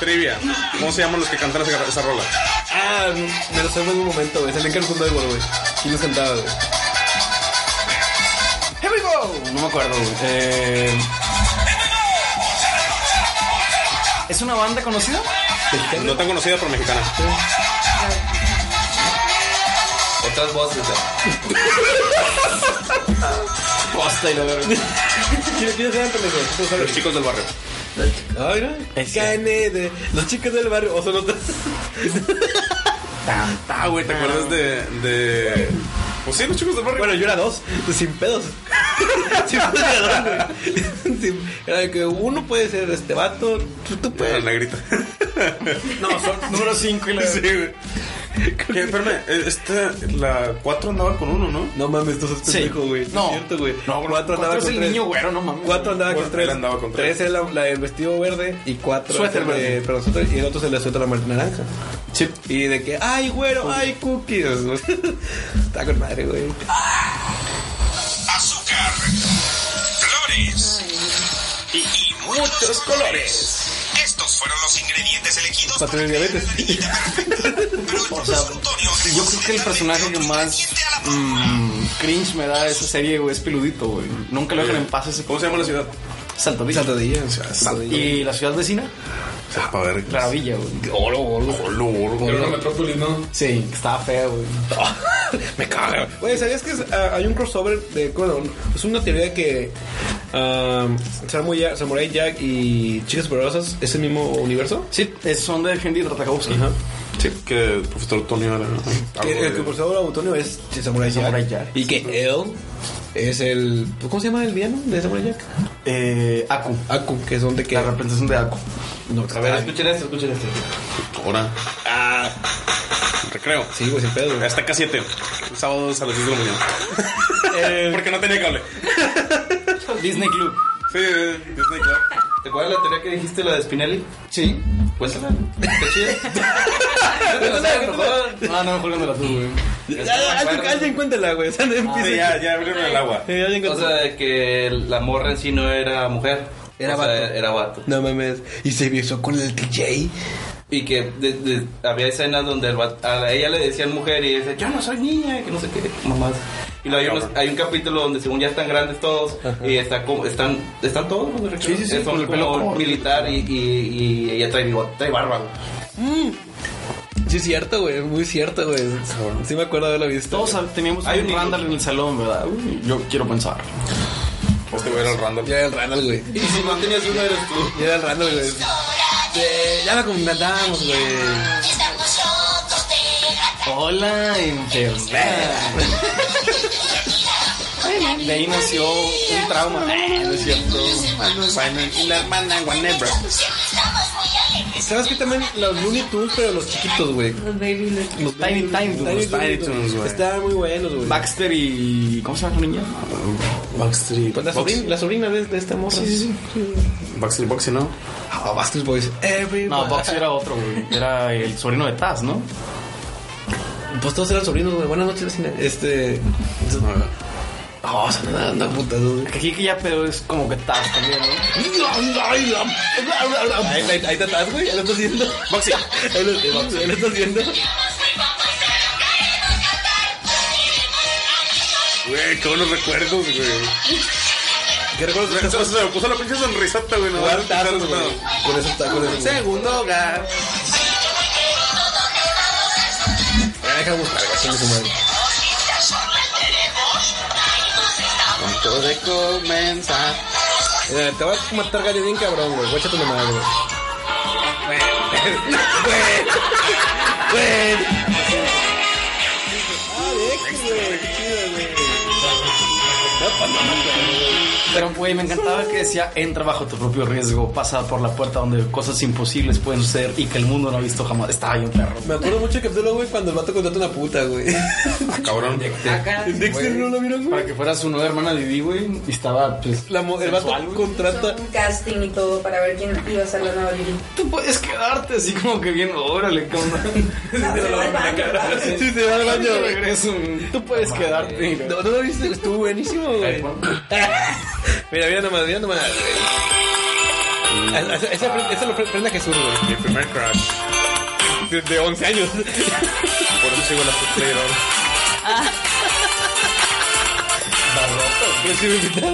Speaker 2: trivia. ¿Cómo se llaman los que cantan esa, esa rola?
Speaker 1: Ah, me lo sé en un momento, güey. Salía en Cartoon Network, güey. Y nos cantaba, güey.
Speaker 3: Here we go. No me acuerdo, güey. Eh, ¿Es una banda conocida?
Speaker 2: No tan conocida, pero mexicana.
Speaker 4: Otras voces. ¿eh?
Speaker 3: Posta y la verga.
Speaker 1: ¿Quién quién sabe, pendejo? ¿Tú sabes?
Speaker 2: Los chicos del barrio.
Speaker 1: Ay, no.
Speaker 3: Ese.
Speaker 1: Cane de los chicos del barrio. O son otros.
Speaker 2: Ah, güey, ¿te acuerdas de, de. Pues sí, los chicos del barrio.
Speaker 1: Bueno, yo era dos. Sin pedos. Sin pedos era dos, güey. Sin- Era de que uno puede ser este vato. Tú, tú
Speaker 2: Ah,
Speaker 1: puedes.
Speaker 2: la grita.
Speaker 1: No, son
Speaker 3: Número 5 y la
Speaker 2: Sí, güey. Que, espérame, esta, la 4 andaba con uno, ¿no?
Speaker 1: No mames, tú sos pendejo, güey.
Speaker 3: No.
Speaker 1: Es cierto, güey.
Speaker 3: No,
Speaker 1: cuatro andaba
Speaker 3: cuatro es
Speaker 1: con
Speaker 3: el
Speaker 1: tres.
Speaker 3: niño güero, no mames.
Speaker 1: Cuatro andaba
Speaker 2: Bueno,
Speaker 1: con tres.
Speaker 2: él andaba con tres.
Speaker 1: tres. era la, la del vestido verde y cuatro.
Speaker 3: Suéter
Speaker 1: era el de-
Speaker 3: verde.
Speaker 1: Perdón, suéter. Y el otro se le suelta la mar- naranja.
Speaker 3: Sí.
Speaker 1: Y de que, ay, güero, ay, cookies. güey. Está con madre, güey.
Speaker 8: azúcar, flores y muchos colores. Estos fueron los ingredientes elegidos
Speaker 1: Para tener diabetes.
Speaker 8: Pero
Speaker 3: O sea, yo creo que el personaje que más mm, cringe me da de esa serie, güey, es Peludito, güey. Nunca lo dejan en paz ese
Speaker 2: ¿Cómo se llama la ciudad?
Speaker 3: Saltadilla.
Speaker 1: Saltadilla.
Speaker 3: ¿Y la ciudad vecina?
Speaker 2: Sepa ver.
Speaker 3: Claravilla, güey. Oro, oro.
Speaker 2: Olo, orgo.
Speaker 6: Era una metrópoli, ¿no?
Speaker 3: Sí, estaba fea, güey.
Speaker 1: Me caga. Güey, ¿sabías que es- ah, hay un crossover de. Bueno, es una teoría de que. am, Samurai Jack- Samurai Jack y Chicas Poderosas es el mismo universo.
Speaker 3: Sí, es- son de Henry Ratajkowski.
Speaker 2: Sí, que el profesor Tony era. algo
Speaker 1: Que el,
Speaker 2: de-
Speaker 1: que cruzador autónomo es Samurai Jack.
Speaker 3: Samurai Jack.
Speaker 1: Y que él es el. pues, ¿Cómo se llama el villano de Samurai Jack?
Speaker 3: Eh, Aku.
Speaker 1: Aku, que es donde que.
Speaker 3: La representación de Aku.
Speaker 1: No,
Speaker 4: A ver, escuchen esto, escuchen esto.
Speaker 2: Ahora. Ah, Recreo.
Speaker 1: Sí, güey, sin pedo. güey.
Speaker 2: Hasta K7. Sábados a las 10 de la mañana. Porque no tenía cable.
Speaker 3: Disney Club.
Speaker 2: Sí, eh, Disney Club.
Speaker 4: ¿Te acuerdas la teoría que dijiste, la de Spinelli? Pues,
Speaker 3: Sí.
Speaker 4: Cuéntala.
Speaker 3: Ah, no, mejor cuando la tú, güey.
Speaker 1: Ya, Alguien alguien cuéntela, güey. O sea, no
Speaker 2: Ah,
Speaker 1: empieces-
Speaker 2: ya, ya abrieron el agua.
Speaker 1: Eh, alguien
Speaker 4: O
Speaker 1: cuéntela.
Speaker 4: sea, de que la morra en sí no era mujer.
Speaker 1: Era
Speaker 4: O sea,
Speaker 1: vato.
Speaker 4: Era vato.
Speaker 1: No mames. Y se besó con el DJ.
Speaker 4: Y que de- de- había escenas donde el vato- a ella le decían mujer y ella decía, yo no soy niña, y que no sé qué, mamás. Y luego hay, unos- hay un capítulo donde según ya están grandes todos y está como, están, están todos los de recreo.
Speaker 3: Sí, sí, sí,
Speaker 4: Eh,
Speaker 3: con
Speaker 4: Son
Speaker 3: el pelo
Speaker 4: como
Speaker 3: como-
Speaker 4: militar y, y- y ella trae bigote, trae barba. güey.
Speaker 1: Sí, es cierto, güey. Muy cierto, güey. Sí me acuerdo de haberlo visto.
Speaker 3: Todos sab- teníamos
Speaker 4: Hay
Speaker 3: un
Speaker 4: un-
Speaker 3: Randall en el salón, ¿verdad? Uy, yo quiero pensar.
Speaker 2: Este güey era el random.
Speaker 1: Ya era el Randall, güey.
Speaker 4: Y si no tenías uno eres tú.
Speaker 1: Ya era el Randall, güey. Eh, ya lo comentábamos, güey.
Speaker 8: Estamos rotos de rata.
Speaker 3: Hola, enfermera. De ahí nació un trauma. Ah, no es cierto. Y la hermana Whenever.
Speaker 8: Estamos muy alegres.
Speaker 1: ¿Sabes que también los Looney Tunes, pero los chiquitos, güey?
Speaker 5: Los baby Looney.
Speaker 1: Los
Speaker 3: Tiny Tiny Toons, los
Speaker 2: Tiny Toons, güey.
Speaker 1: Estaban muy buenos, güey.
Speaker 3: Baxter y. ¿Cómo se llama la niña?
Speaker 2: Backstreet.
Speaker 1: Pues la,
Speaker 2: Box.
Speaker 1: sobrina, la sobrina de, de esta morra.
Speaker 2: Backstreet Boxy, ¿no?
Speaker 1: Ah, Backstreet Boys. Everybody.
Speaker 3: No, Baxter era otro, güey. Era el sobrino de Taz, ¿no?
Speaker 1: Pues todos eran sobrinos, güey. Buenas noches, Cine. Este. No, se me dan putas, güey.
Speaker 3: Que Aquí que ya pedo es como que Taz también, ¿no?
Speaker 1: Ahí, ahí, ahí te atrás, güey. Ahí lo estás viendo. Boxy. Ahí lo, ahí lo estás viendo.
Speaker 2: Güey, qué buenos recuerdos, güey.
Speaker 1: ¿Qué recuerdas? de
Speaker 2: Se
Speaker 1: esas-
Speaker 2: se me puso la pinche sonrisota, güey. No,
Speaker 1: Jugar tazos, güey. Con esos tacos. de-
Speaker 2: Segundo hogar.
Speaker 1: Ah, Deja buscar, güey, chingue su madre.
Speaker 2: Punto de comenzar.
Speaker 1: Eh, te vas a matar gallo bien cabrón, güey. Guacha tu mamá, güey. Ah,
Speaker 3: Pero, güey, me encantaba que decía: entra bajo tu propio riesgo, pasa por la puerta donde cosas imposibles pueden ser y que el mundo no ha visto jamás. Estaba bien, perro.
Speaker 1: Me acuerdo mucho del capítulo, güey, cuando el vato contrata una puta, güey.
Speaker 2: Cabrón.
Speaker 5: Acá.
Speaker 1: En Dexter no lo vieron,
Speaker 3: Para
Speaker 1: güey.
Speaker 3: que fueras una hermana de Didi, güey, y estaba, pues.
Speaker 1: La mo- el vato
Speaker 3: sensual, güey.
Speaker 1: contrata.
Speaker 9: Un casting y todo para ver quién iba a ser la nueva Lili.
Speaker 3: Tú puedes quedarte así como que bien, órale, cómo.
Speaker 1: Sí, se va al baño,
Speaker 3: Yo
Speaker 1: güey.
Speaker 3: regreso. Tú puedes quedarte.
Speaker 1: No, no lo viste, estuvo buenísimo, güey.
Speaker 3: Ay, pon.
Speaker 1: mira, mira nomás, mira nomás. Esa, esa, esa lo pre- prende a Jesús, güey.
Speaker 2: Mi primer crush.
Speaker 1: De, de 11 años.
Speaker 2: Por eso sigo la cosplayer ahora.
Speaker 1: Yo sí me invitaba.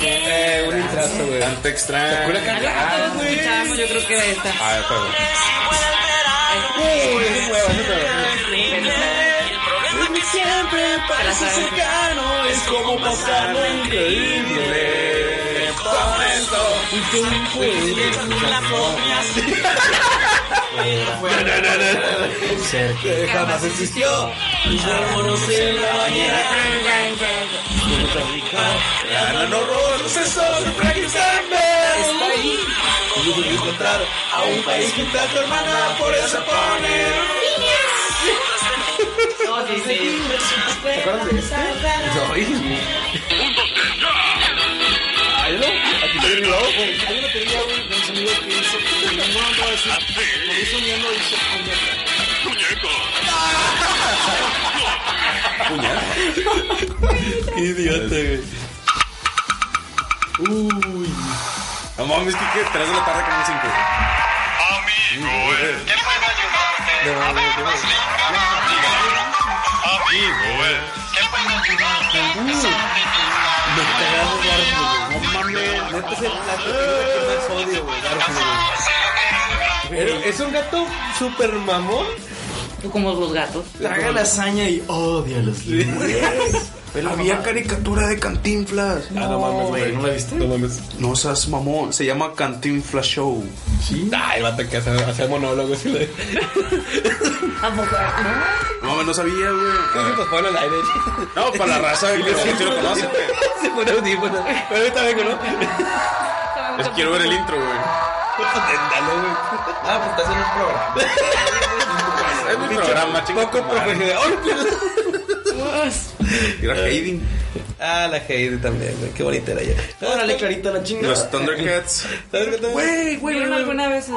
Speaker 1: Eh, un intrazo, güey.
Speaker 2: Tanto extraño.
Speaker 1: Cura cagada.
Speaker 5: Todos escuchábamos, yo creo que era esta.
Speaker 2: Ah, está güey.
Speaker 5: Te la sabes.
Speaker 1: es como pasar lo increíble. Que jamás existió. Vámonos en la bañera. Ganan horror, se sorprendizarme. Está ahí. Difícil encontrar a un país que está tu hermana, por eso pone.
Speaker 5: No, sí, sí.
Speaker 1: Idiota, güey.
Speaker 2: No mames, que 3 de la tarde, canal 5.
Speaker 8: Amigo, el que pueda ayudarte a ver más linda Amigo, el que pueda ayudarte a pensar
Speaker 1: Neta, es el plato que más odio, güey. Garfield, güey. Pero es un gato super mamón.
Speaker 5: Tú como los gatos.
Speaker 3: Traga lasaña y odia los
Speaker 2: Pero había caricatura de Cantinflas.
Speaker 1: Ah, no mames, güey.
Speaker 3: ¿No la viste?
Speaker 1: No mames.
Speaker 2: No seas mamón. Se llama Cantinflas Show.
Speaker 1: Ay, vato que hace, hace monólogos y le.
Speaker 2: No mames, no sabía, güey.
Speaker 1: Pues fue al aire.
Speaker 2: No, para la raza, güey. que sí lo conoce, güey.
Speaker 1: Se pone audífono. Pero ahorita vengo, ¿no?
Speaker 2: Es que quiero ver el intro, güey.
Speaker 1: Dale, güey.
Speaker 4: Ah, pues estás en un programa.
Speaker 2: Es mi programa, chicos.
Speaker 1: Poco profesional. ¡Ay, pero-
Speaker 2: Mira, Hayden.
Speaker 1: Ah, la Heidi también, güey. Qué bonita era ella. Órale, Clarita, la chingada.
Speaker 2: Los Thundercats.
Speaker 1: ¿Sabes qué tal?
Speaker 5: Güey, güey, ¿Vieron alguna vez esto?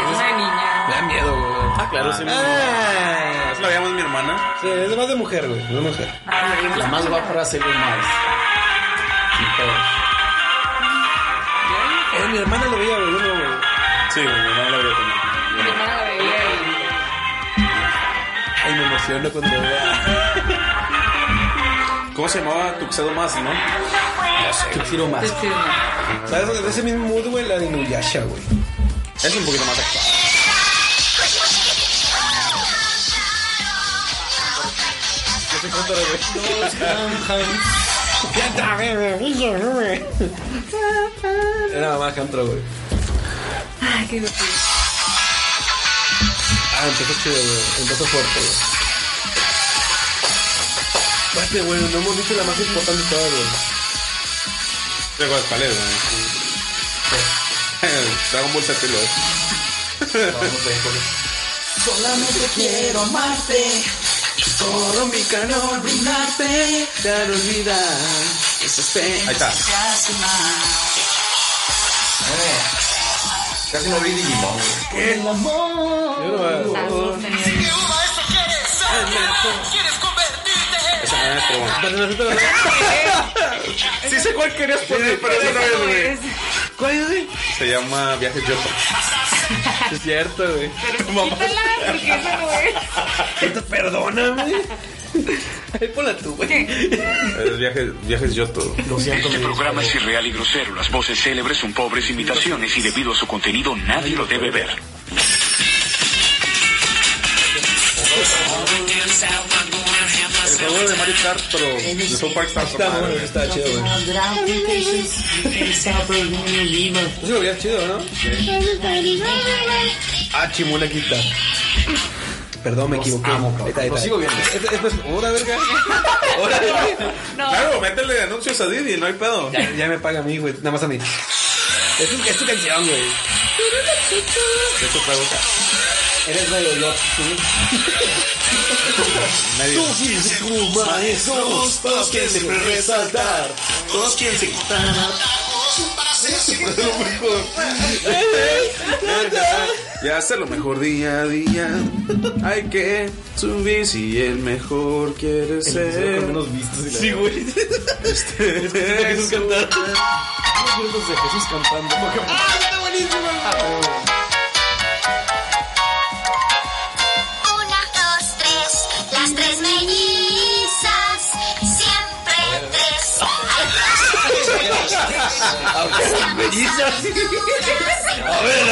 Speaker 5: Es una niña.
Speaker 1: Me da miedo, güey. Ah,
Speaker 2: claro, sí.
Speaker 1: Ah,
Speaker 2: Eso lo veíamos mi hermana.
Speaker 1: sí, es más de mujer, güey. Es de mujer.
Speaker 3: La más va para ser más.
Speaker 1: Eh, mi hermana lo veía, güey. Yo no, güey.
Speaker 2: Sí, mi hermana la veía también.
Speaker 5: Mi hermana la veía
Speaker 1: Ay, me emociono cuando vea.
Speaker 2: ¿Cómo se llamaba Tuxedo Más, no?
Speaker 1: Tuxiro
Speaker 5: y...
Speaker 1: más.
Speaker 5: Sí, no.
Speaker 1: ¿Sabes? De ese mismo mood, güey, la de Nuyasha, güey.
Speaker 2: Es un poquito más actual.
Speaker 1: Era mamá Hamtro, güey.
Speaker 5: Ay, qué divertido.
Speaker 1: Ah, empezó chido, güey. Empezó fuerte, güey. Espérate, güey, no hemos dicho la más importante de todas, güey.
Speaker 2: Recuerda cuál es, güey. Dragon Ball Z y lo es.
Speaker 3: Solamente quiero amarte. Solo mi calor brindarte. Te haré olvidar. Esas penas
Speaker 2: Ahí está.
Speaker 3: que hacen mal.
Speaker 4: Casi no vi Digimon. güey.
Speaker 3: El
Speaker 1: Yo
Speaker 3: amor.
Speaker 1: no, güey.
Speaker 5: Tanto tenía.
Speaker 2: Esa no es, pero bueno.
Speaker 1: Pero nosotros-
Speaker 2: Sí sé cuál querías poner, pero eso no es, güey.
Speaker 5: Es-
Speaker 1: ¿Cuál es, güey?
Speaker 2: Se llama Viaje Yoto.
Speaker 1: Es cierto, güey.
Speaker 5: Pero quítala, porque esa no es.
Speaker 1: Te perdóname. Ay, ponla tú, güey.
Speaker 2: Es viaje, Viajes Yoto.
Speaker 8: Este programa es irreal y grosero. Las voces célebres son pobres imitaciones y debido a su contenido nadie lo debe ver.
Speaker 2: El juego de Mario Kart, pero de South Park está con
Speaker 1: Está
Speaker 2: madre,
Speaker 1: bueno,
Speaker 2: güey.
Speaker 1: está chido, güey. Eso lo veías chido, ¿no? Ah, chimulequita. Perdón, me equivoqué. Ahí está, ahí está.
Speaker 3: Lo sigo viendo.
Speaker 1: Esto esto es una verga. Ahora, güey.
Speaker 5: No,
Speaker 2: Claro, métele anuncios a Didi, no hay pedo.
Speaker 1: Ya, ya me paga a mí, güey. Nada más a mí. Es tu, es tu canción, güey.
Speaker 2: De hecho, fue otra.
Speaker 1: Eres medio loco.
Speaker 2: Nadie.
Speaker 1: Tú fuiste como maestros. Todos quieren siempre resaltar.
Speaker 2: Todos quieren se Ya hace lo mejor día a día. Hay que subir si el mejor quiere ser.
Speaker 1: vistos.
Speaker 2: Sí, güey. Este
Speaker 1: Jesús
Speaker 2: es-
Speaker 1: cantar. Los de Jesús cantando. ¡Ah, está buenísimo!
Speaker 7: Una, dos, tres, las tres mellizas, siempre tres.
Speaker 1: A ver,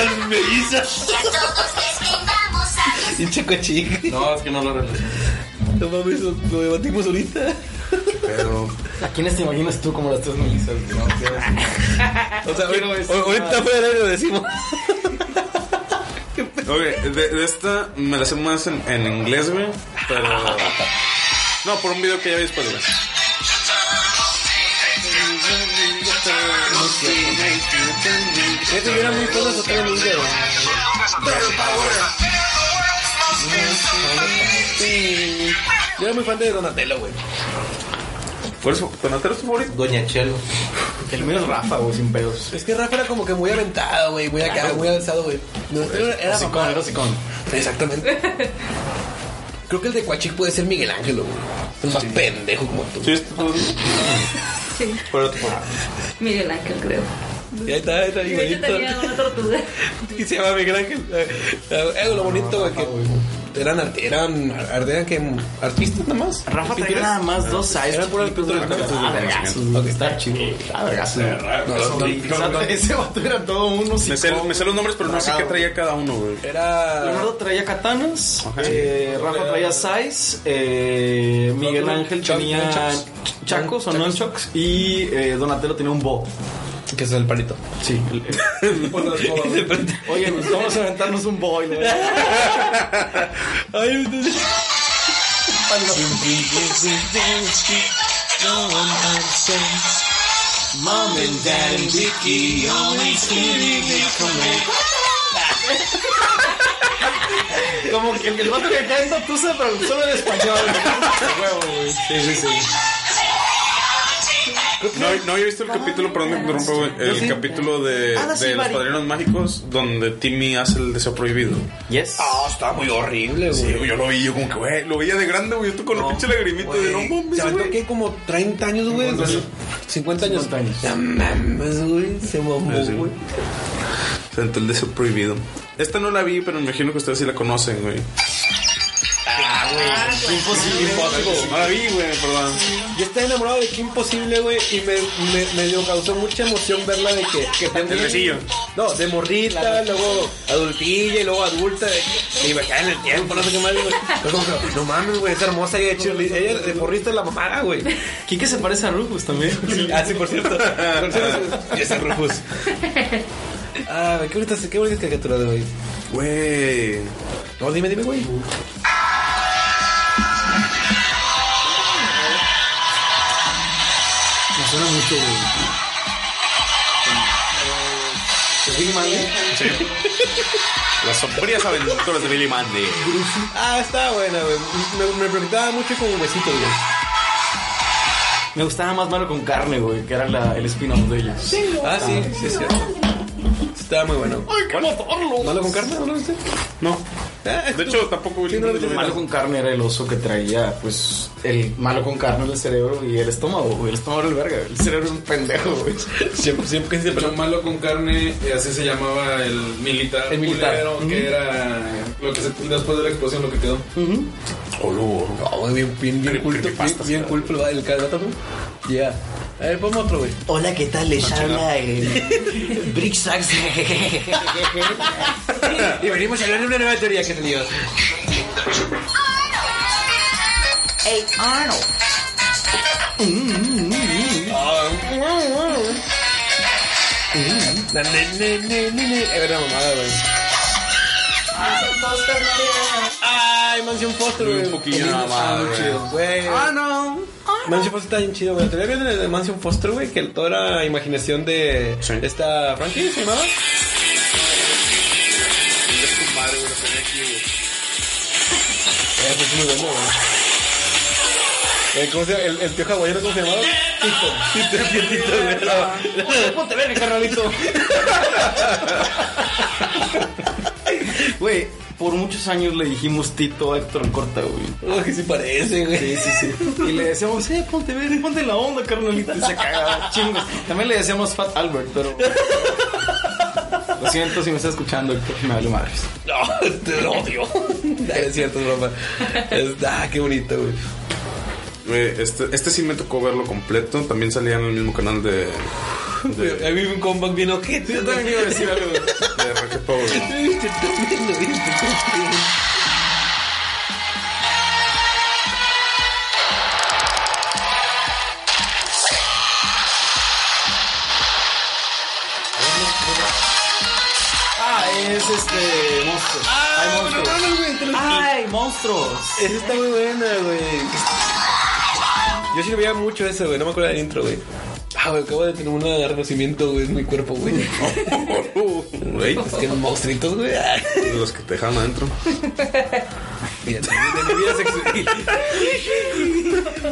Speaker 1: las mellizas.
Speaker 7: Y a todos les brindamos a
Speaker 1: Y chico chico.
Speaker 4: No, es que no lo relaciono.
Speaker 1: No mames, lo, lo debatimos ahorita.
Speaker 2: Pero.
Speaker 3: ¿A quiénes te imaginas tú como las tres melizas? No, quiero decir.
Speaker 1: O sea,
Speaker 3: Quiero
Speaker 1: ahor-
Speaker 3: decir
Speaker 1: ahorita fuera de lo decimos.
Speaker 2: Ok, de, de esta me la sé más en, en inglés, güey. Pero. No, por un video que ya vi después, güey.
Speaker 1: Este yo era muy fan de Sotero Ninja, güey. Yo era muy fan de Donatello, güey.
Speaker 2: ¿Cuál es tu Donatello es tu favorito?
Speaker 4: Doña Chelo.
Speaker 3: El mío es Rafa, güey, sin pedos.
Speaker 1: Es que Rafa era como que muy aventado, güey. Muy acá, muy avanzado, güey. Donatello era- era
Speaker 3: Hocicón,
Speaker 1: mamá.
Speaker 3: era hocicón.
Speaker 1: Exactamente. Creo que el de Cuachic puede ser Miguel Ángel, güey. El más pendejo como tú.
Speaker 2: Sí, es tu favorito.
Speaker 5: sí.
Speaker 2: ¿Cuál era tu favorito?
Speaker 5: Miguel Ángel, creo.
Speaker 1: Y ahí está, ahí está,
Speaker 5: Yo hecho tenía
Speaker 1: igualito.
Speaker 5: una tortuga.
Speaker 1: Y se llama Miguel Ángel. Eh, eh, lo bonito, güey, que eran, art- eran, ar- eran que artistas nada más.
Speaker 3: Rafa tenía nada más dos sides.
Speaker 1: Era pura pintura,
Speaker 3: Ah, vergazos, güey. Está chido, güey. Ah, vergazos.
Speaker 2: no, no, no, no.
Speaker 3: Ese vato era todo uno.
Speaker 2: Me sé, me sé los nombres, pero no
Speaker 4: Ah,
Speaker 2: sé qué traía cada uno, güey.
Speaker 1: Era.
Speaker 3: Leonardo traía katanas,
Speaker 2: Ajá.
Speaker 3: eh, Rafa traía sais, eh, Miguel Ángel
Speaker 1: Chacos,
Speaker 3: tenía
Speaker 1: nunchucks.
Speaker 3: chacos o nunchucks y eh, Donatello tenía un bo.
Speaker 1: Que es el palito.
Speaker 3: Sí. Oye, pues vamos a inventarnos un bo. y le-
Speaker 1: Ay, entonces-
Speaker 10: Mom and Dad and Vicky always getting it correct.
Speaker 3: Como que el, el vato que canta tú pero solo en español.
Speaker 2: Sí, sí, No, no yo he visto el capítulo, perdón que me interrumpo, güey,
Speaker 3: Yo
Speaker 2: El
Speaker 3: sí.
Speaker 2: capítulo de,
Speaker 3: Ah, sí,
Speaker 2: de Los
Speaker 3: Mari.
Speaker 2: Padrinos Mágicos donde Timmy hace el deseo prohibido.
Speaker 4: Yes.
Speaker 2: Ah, está muy horrible, güey. Sí, güey, yo lo vi, yo como que, güey, lo veía de grande, güey. Tú con la pinche lagrimita de no mames,
Speaker 1: Se aventó
Speaker 2: güey.
Speaker 1: que como 30 años, güey. 50 años. 50 años. No mames, güey. Se mamó,
Speaker 2: Sí,
Speaker 1: güey.
Speaker 2: Se aventó el deseo prohibido. Esta no la vi, pero me imagino que ustedes sí la conocen, güey. Ah,
Speaker 1: Imposible.
Speaker 2: No la vi, güey, perdón.
Speaker 1: Yo estaba enamorado de Kim Posible, güey, y me, me, me dio- causó mucha emoción verla de que... que de
Speaker 2: besillo.
Speaker 1: No, de morrita, luego adultilla y luego adulta. de- Y me cae en el tiempo, no sé qué más, güey. Pero como que, no mames, güey, es hermosa y de cheerleader. Ella de morrita es la mamada, güey.
Speaker 3: Quique se parece a Rufus también.
Speaker 1: Ah, sí, por cierto. Por cierto, Yo soy Rufus. Ah, güey, qué bonitas, qué bonitas caricaturas de hoy.
Speaker 2: Güey.
Speaker 1: No, dime, dime, güey.
Speaker 3: Me suena mucho, güey. ¿Es Big Man?
Speaker 2: Sí. Las sombrías aventuras de Billy Mandy.
Speaker 1: Ah, está buena, güey. Me, me proyectaba mucho como huesito, güey.
Speaker 3: Me gustaba más malo con carne, güey, que era la- el spin-off de ellos.
Speaker 1: Ah, sí, sí, es cierto. Estaba muy bueno.
Speaker 2: ¡Ay, qué matarlo!
Speaker 1: ¿Malo con carne? ¿No lo viste? Ah,
Speaker 2: No. De hecho, tampoco Billy Mandy.
Speaker 3: El malo con carne era el oso que traía, pues, el malo con carne era el cerebro y el estómago, güey. El estómago era el verga, el cerebro era un pendejo, güey.
Speaker 1: Siempre, siempre, siempre.
Speaker 10: Yo malo con carne, eh, así se llamaba el militar.
Speaker 3: El militar.
Speaker 10: culero,
Speaker 3: Ujú.
Speaker 10: Que era lo que se, después de la explosión lo que quedó.
Speaker 2: Oh, Olo.
Speaker 1: No, güey, "Oh, bien, bien, bien culto. Bien, bien culto el- el gato, güey. Ya. A ver, ponme otro, güey.
Speaker 3: Hola, ¿qué tal? Les habla el Brixax.
Speaker 1: Y venimos a hablar de una nueva teoría que tenía.
Speaker 5: Hey, Arnold.
Speaker 1: Mm, Na, Mm. ne, ne, ne, ne, ne. Era una mamada, güey. Ay, Mansión Foster, güey.
Speaker 2: Un poquillo nada
Speaker 1: Ah,
Speaker 2: más,
Speaker 1: muy
Speaker 2: güey.
Speaker 1: chido, güey.
Speaker 3: no.
Speaker 1: Mansion Foster está bien chido, güey. Te había visto de Mansion Foster, güey, que todo era imaginación de
Speaker 2: Sí.
Speaker 1: esta Frankie, ¿se llamaba? Eh, pues muy bueno, güey. Eh, ¿Cómo se llama? El, el tío hawaiano, ¿cómo se llamaba? Tito. Tito, el tío Tito, güey.
Speaker 3: Ponte verga, carnalito. Güey, por muchos años le dijimos Tito a Héctor Corta, güey.
Speaker 1: Oh, que sí parece, güey.
Speaker 3: Sí, sí, sí. Y le decíamos, eh, ponte verga, ponte la onda, carnalito. Y se cagaba, chingos. También le decíamos Fat Albert, pero. Lo siento si me está escuchando, Héctor. Me vale madres.
Speaker 1: No, te lo odio. Ah, es cierto, es broma. Es- ah, qué bonito, güey.
Speaker 2: Güey, este, este sí me tocó verlo completo. También salía en el mismo canal de.
Speaker 1: A mí un comeback bien ojete. Yo también iba a decir algo.
Speaker 2: de Rocket Power.
Speaker 3: Ah, es este. Monstruos. Ay, monstruos. Ay, monstruos.
Speaker 1: Esa está muy buena, güey. Yo sí lo veía mucho eso, güey. No me acuerdo del intro, güey. Ah, güey, acabo de tener un reconocimiento, güey, en mi cuerpo, güey.
Speaker 2: Uh, Güey,
Speaker 1: Es que los monstruitos, güey. ah.
Speaker 2: los que te dejan adentro.
Speaker 1: Mira, de mi- de mi vida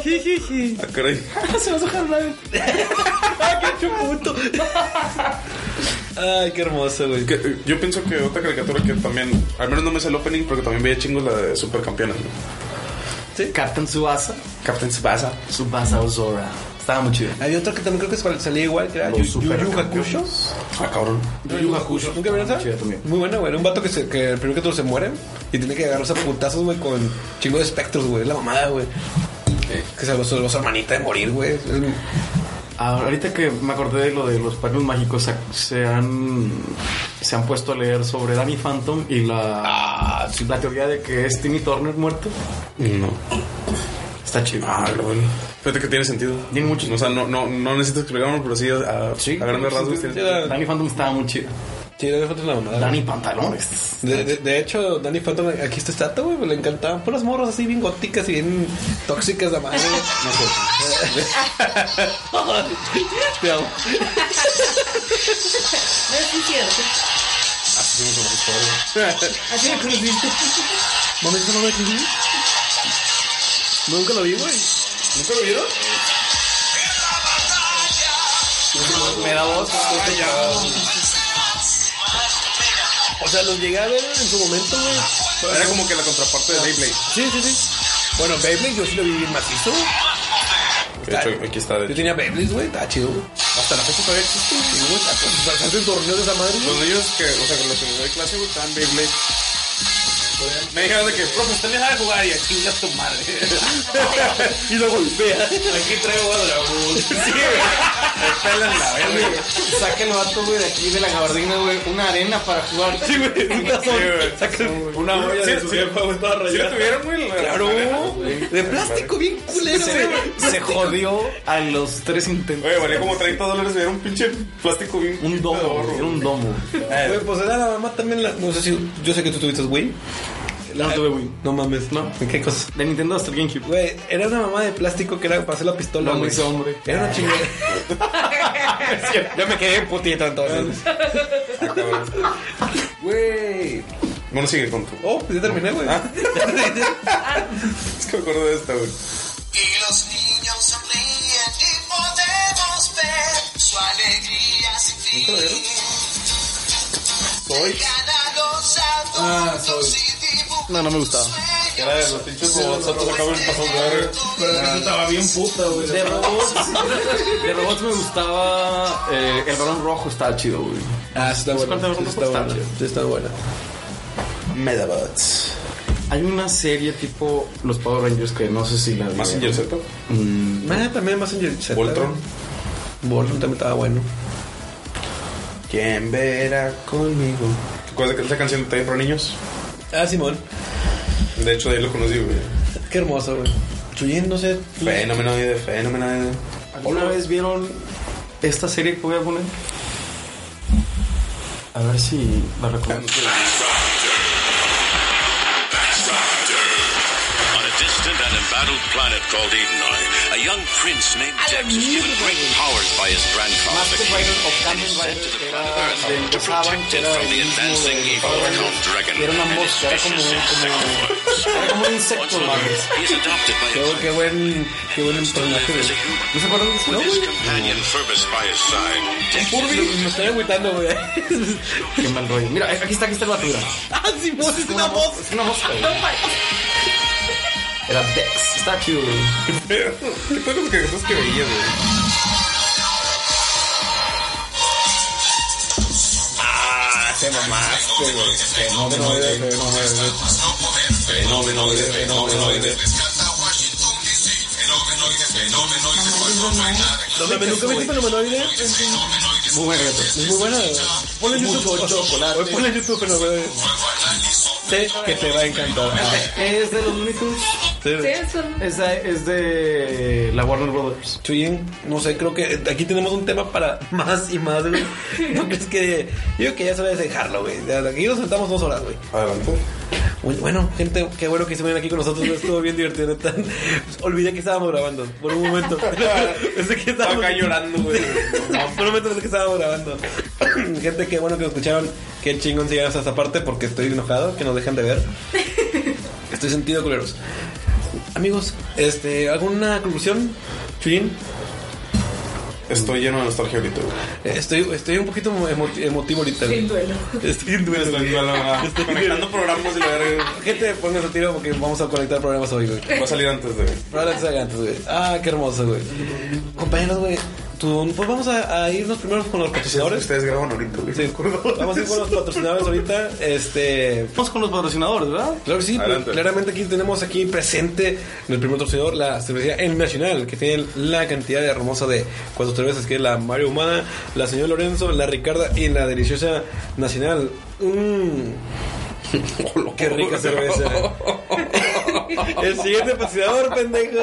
Speaker 1: sexual.
Speaker 2: Ah, caray.
Speaker 3: Se nos bajaron la
Speaker 1: Ay, qué hermoso, güey.
Speaker 2: Que, eh, yo pienso que otra caricatura que también. Al menos no me sé el opening, porque también veía chingos la de Supercampeones. ¿no?
Speaker 3: Captain Subasa.
Speaker 2: Captain Tsubasa.
Speaker 3: Subasa Ozora. Estaba muy chido.
Speaker 1: Había otro que también creo que sal- salía igual, que era Yu
Speaker 3: Los
Speaker 1: Yu Yu
Speaker 3: supercampeones.
Speaker 1: Hakusho.
Speaker 2: Ah, cabrón.
Speaker 1: Yu Yu Hakusho. ¿Nunca vieron esa?
Speaker 3: Ah, Chido también.
Speaker 1: Muy buena, güey. Un vato que, se, que el primero que todos se muere y tiene que agarrarse a putazos, güey, con chingo de espectros, güey. La mamada, güey. Que se salvó su hermanita de morir, güey. Es-
Speaker 3: Ah, Ahorita que me acordé de lo de los paños mágicos, se- se han, se han puesto a leer sobre Danny Phantom y la, la teoría de que es Timmy Turner muerto.
Speaker 2: Ah. No.
Speaker 3: Está chido.
Speaker 2: Ah, cabrón. Fíjate que tiene sentido.
Speaker 3: Tiene mucho
Speaker 2: O sea, no, no, no necesito explicarlo, pero sí, a, a grandes rasgos tiene
Speaker 3: Danny Phantom estaba muy chido.
Speaker 1: Sí, Danny Phantom es la mamada.
Speaker 4: Danny
Speaker 1: Pantalones. De, de- de hecho, Danny Phantom, aquí está estatua, güey, le encantaban puras morras así bien góticas y bien tóxicas, la madre. Te amo.
Speaker 5: es cierto.
Speaker 2: Así me conociste, güey.
Speaker 5: Así me conociste.
Speaker 1: Mami, ¿eso no lo escribí? Nunca lo vi, güey. ¿Nunca lo vieron?
Speaker 4: Me da voz.
Speaker 1: O sea, los llegué a ver en su momento, güey. Pero
Speaker 2: Era
Speaker 1: no-
Speaker 2: como que la contraparte Ah, de Beyblade.
Speaker 1: Sí, sí, sí. Bueno, Beyblade yo sí lo vi bien macizo.
Speaker 2: Que de hecho, aquí está.
Speaker 1: Yo tenía Beyblades, güey, está chido, güey. Hasta la fecha todavía existe, güey. Sí, güey, está- está- Hacen torneos de esa madre, güey.
Speaker 2: Los niños que, o sea, que los que me doy clase, güey, estaban Beyblade. Me dijeron de que, profe, usted le sabe jugar y a chinga tu madre.
Speaker 1: y lo golpea.
Speaker 2: Aquí traigo a Dragón. Sí,
Speaker 3: Pelan la verga. Sáquenlo a todo, güey, de aquí de la gabardina, güey. Una arena para jugar.
Speaker 1: Sí, güey. Un tazón.
Speaker 2: Una
Speaker 1: olla de su jefa, güey, toda
Speaker 2: ¿Sí lo
Speaker 1: rayada.
Speaker 2: tuvieron, güey? La-
Speaker 1: Claro.
Speaker 2: la arena, güey.
Speaker 1: De plástico bien culero,
Speaker 3: Se,
Speaker 1: güey.
Speaker 3: se jodió a los tres intentos.
Speaker 2: Güey, valía como 30 dólares, era un pinche plástico bien.
Speaker 3: Un domo, era un domo.
Speaker 4: Ah.
Speaker 1: Güey, pues era la mamá también. La, no sé si. Yo sé que tú tuviste Wii.
Speaker 3: No tuve Wii.
Speaker 1: No mames. No. ¿En qué cosa?
Speaker 3: De Nintendo hasta el GameCube.
Speaker 1: Güey, era una mamá de plástico que era para hacer la pistola.
Speaker 3: No me
Speaker 1: güey.
Speaker 3: hizo hombre.
Speaker 1: Era una chingada. Yo me quedé putito entonces. Güey.
Speaker 2: Bueno, sigue con tu.
Speaker 1: Oh, pues ya terminé, güey.
Speaker 2: Es que me acuerdo de esta, güey.
Speaker 10: Y los niños sonríen y podemos ver su alegría sin
Speaker 2: ¿Nunca
Speaker 10: fin.
Speaker 2: lo vieron? Soy.
Speaker 10: Ganados adultos y dibujos.
Speaker 3: Ah, No, no me gustaba.
Speaker 2: Que era de los pinches robots, otros acaban de pasar de verga.
Speaker 1: Pero estaba bien puta, güey.
Speaker 3: De robots, de robots me gustaba. eh, el balón rojo estaba chido, güey.
Speaker 1: Ah, sí está
Speaker 3: ¿Sabes
Speaker 1: buena. Sí
Speaker 3: cuál te
Speaker 1: está
Speaker 3: gusta?
Speaker 1: buena. Sí está buena.
Speaker 2: Medabots.
Speaker 3: Hay una serie tipo Los Power Rangers que no sé si la.
Speaker 2: Más en Z.
Speaker 3: Mm,
Speaker 1: Ah, también más en Z.
Speaker 2: Voltron.
Speaker 1: güey. Voltron también estaba bueno.
Speaker 2: ¿Quién verá conmigo? ¿Te acuerdas de esa canción de para niños?
Speaker 1: Ah, Simón.
Speaker 2: De hecho, de ahí lo conocí, güey.
Speaker 1: Qué hermoso, güey. Chuyen, no sé.
Speaker 2: Fenómeno de fenómeno de.
Speaker 3: ¿Alguna vez vieron esta serie que voy a poner? A ver si la recuerdo.
Speaker 11: On a distant and embattled planet called Edenai, a young prince named Dex is given great powers by his grandfather.
Speaker 3: Master Rider o Kamen Rider que era del que usaban, que era el mismo del Power Ranger. Y Era una mosca, era como, como, era como un insecto, mames.
Speaker 11: He's adopted by
Speaker 1: Qué, qué buen, qué buen personaje, güey.
Speaker 3: ¿No se acuerdan de eso?
Speaker 11: his companion Phoebus by his side. Dex is
Speaker 1: Furby, me estoy agüitando, güey.
Speaker 3: Qué mal rollo. Mira, aquí está, aquí está el batura.
Speaker 1: ah, Simón, es una voz.
Speaker 3: Es una mosca, güey. Era Dex. Está chido, güey.
Speaker 2: ¿Qué fue los caricaturas que veías, güey? Ah, te mamaste, güey. Fenómeno de fenómeno de fenómeno de
Speaker 1: No mames, nunca
Speaker 3: Pues,
Speaker 1: viste Fenomenoide.
Speaker 3: Muy buen reto.
Speaker 1: Es ¿eh? muy buena. güey. Ponle en YouTube. Mucho chocolate. Ponle en YouTube, Fenomenoide. Sé que te va a encantar.
Speaker 3: Es de los Looney Tunes.
Speaker 5: Ustedes son-
Speaker 3: Es de, es de la Warner Brothers.
Speaker 1: Chuyen, no sé, creo que aquí tenemos un tema para más y más, güey. ¿No crees que.? Yo creo que ya se va a dejarlo, güey. Ya, Aquí nos sentamos dos horas, güey.
Speaker 2: Adelante.
Speaker 1: Bueno, Bueno, gente, qué bueno que estuvieron aquí con nosotros. güey. Estuvo bien divertido, neta. Olvidé que estábamos grabando por un momento. Pensé que estábamos.
Speaker 2: Acá llorando, güey.
Speaker 1: Por un momento pensé que estábamos grabando. Gente, qué bueno que nos escucharon. Qué chingón si llegaron hasta esta parte porque estoy enojado, que nos dejan de ver. Estoy sentido, culeros. Amigos, este, ¿alguna conclusión? Chuyin,
Speaker 2: Estoy lleno de nostalgia ahorita, güey.
Speaker 1: eh, estoy, estoy un poquito emo- emotivo ahorita. güey.
Speaker 5: Sin duelo.
Speaker 1: Estoy en duelo.
Speaker 2: Estoy
Speaker 1: güey.
Speaker 2: igual, ah, conectando programas y la verga.
Speaker 1: Gente, pónganse a tiro porque vamos a conectar programas hoy, güey.
Speaker 2: Va a salir antes de.
Speaker 1: Ahora que salga antes, güey. Ah, qué hermoso, güey. Compañeros, güey. tú- Pues vamos a, a irnos primero con los patrocinadores.
Speaker 2: Ustedes graban ahorita, güey.
Speaker 1: Sí, vamos a ir con los patrocinadores ahorita. Este.
Speaker 3: Vamos con los patrocinadores, ¿verdad?
Speaker 1: Claro que sí, pues,
Speaker 2: Adelante.
Speaker 1: claramente aquí tenemos aquí presente en el primer torcedor la cervecería El Nacional, que tiene la cantidad de hermosa de cuatro cervezas, que es la Mario Humana, la señora Lorenzo, la Ricarda y la deliciosa Nacional. Mmm. Qué rica cerveza. eh. el siguiente patrocinador, pendejo.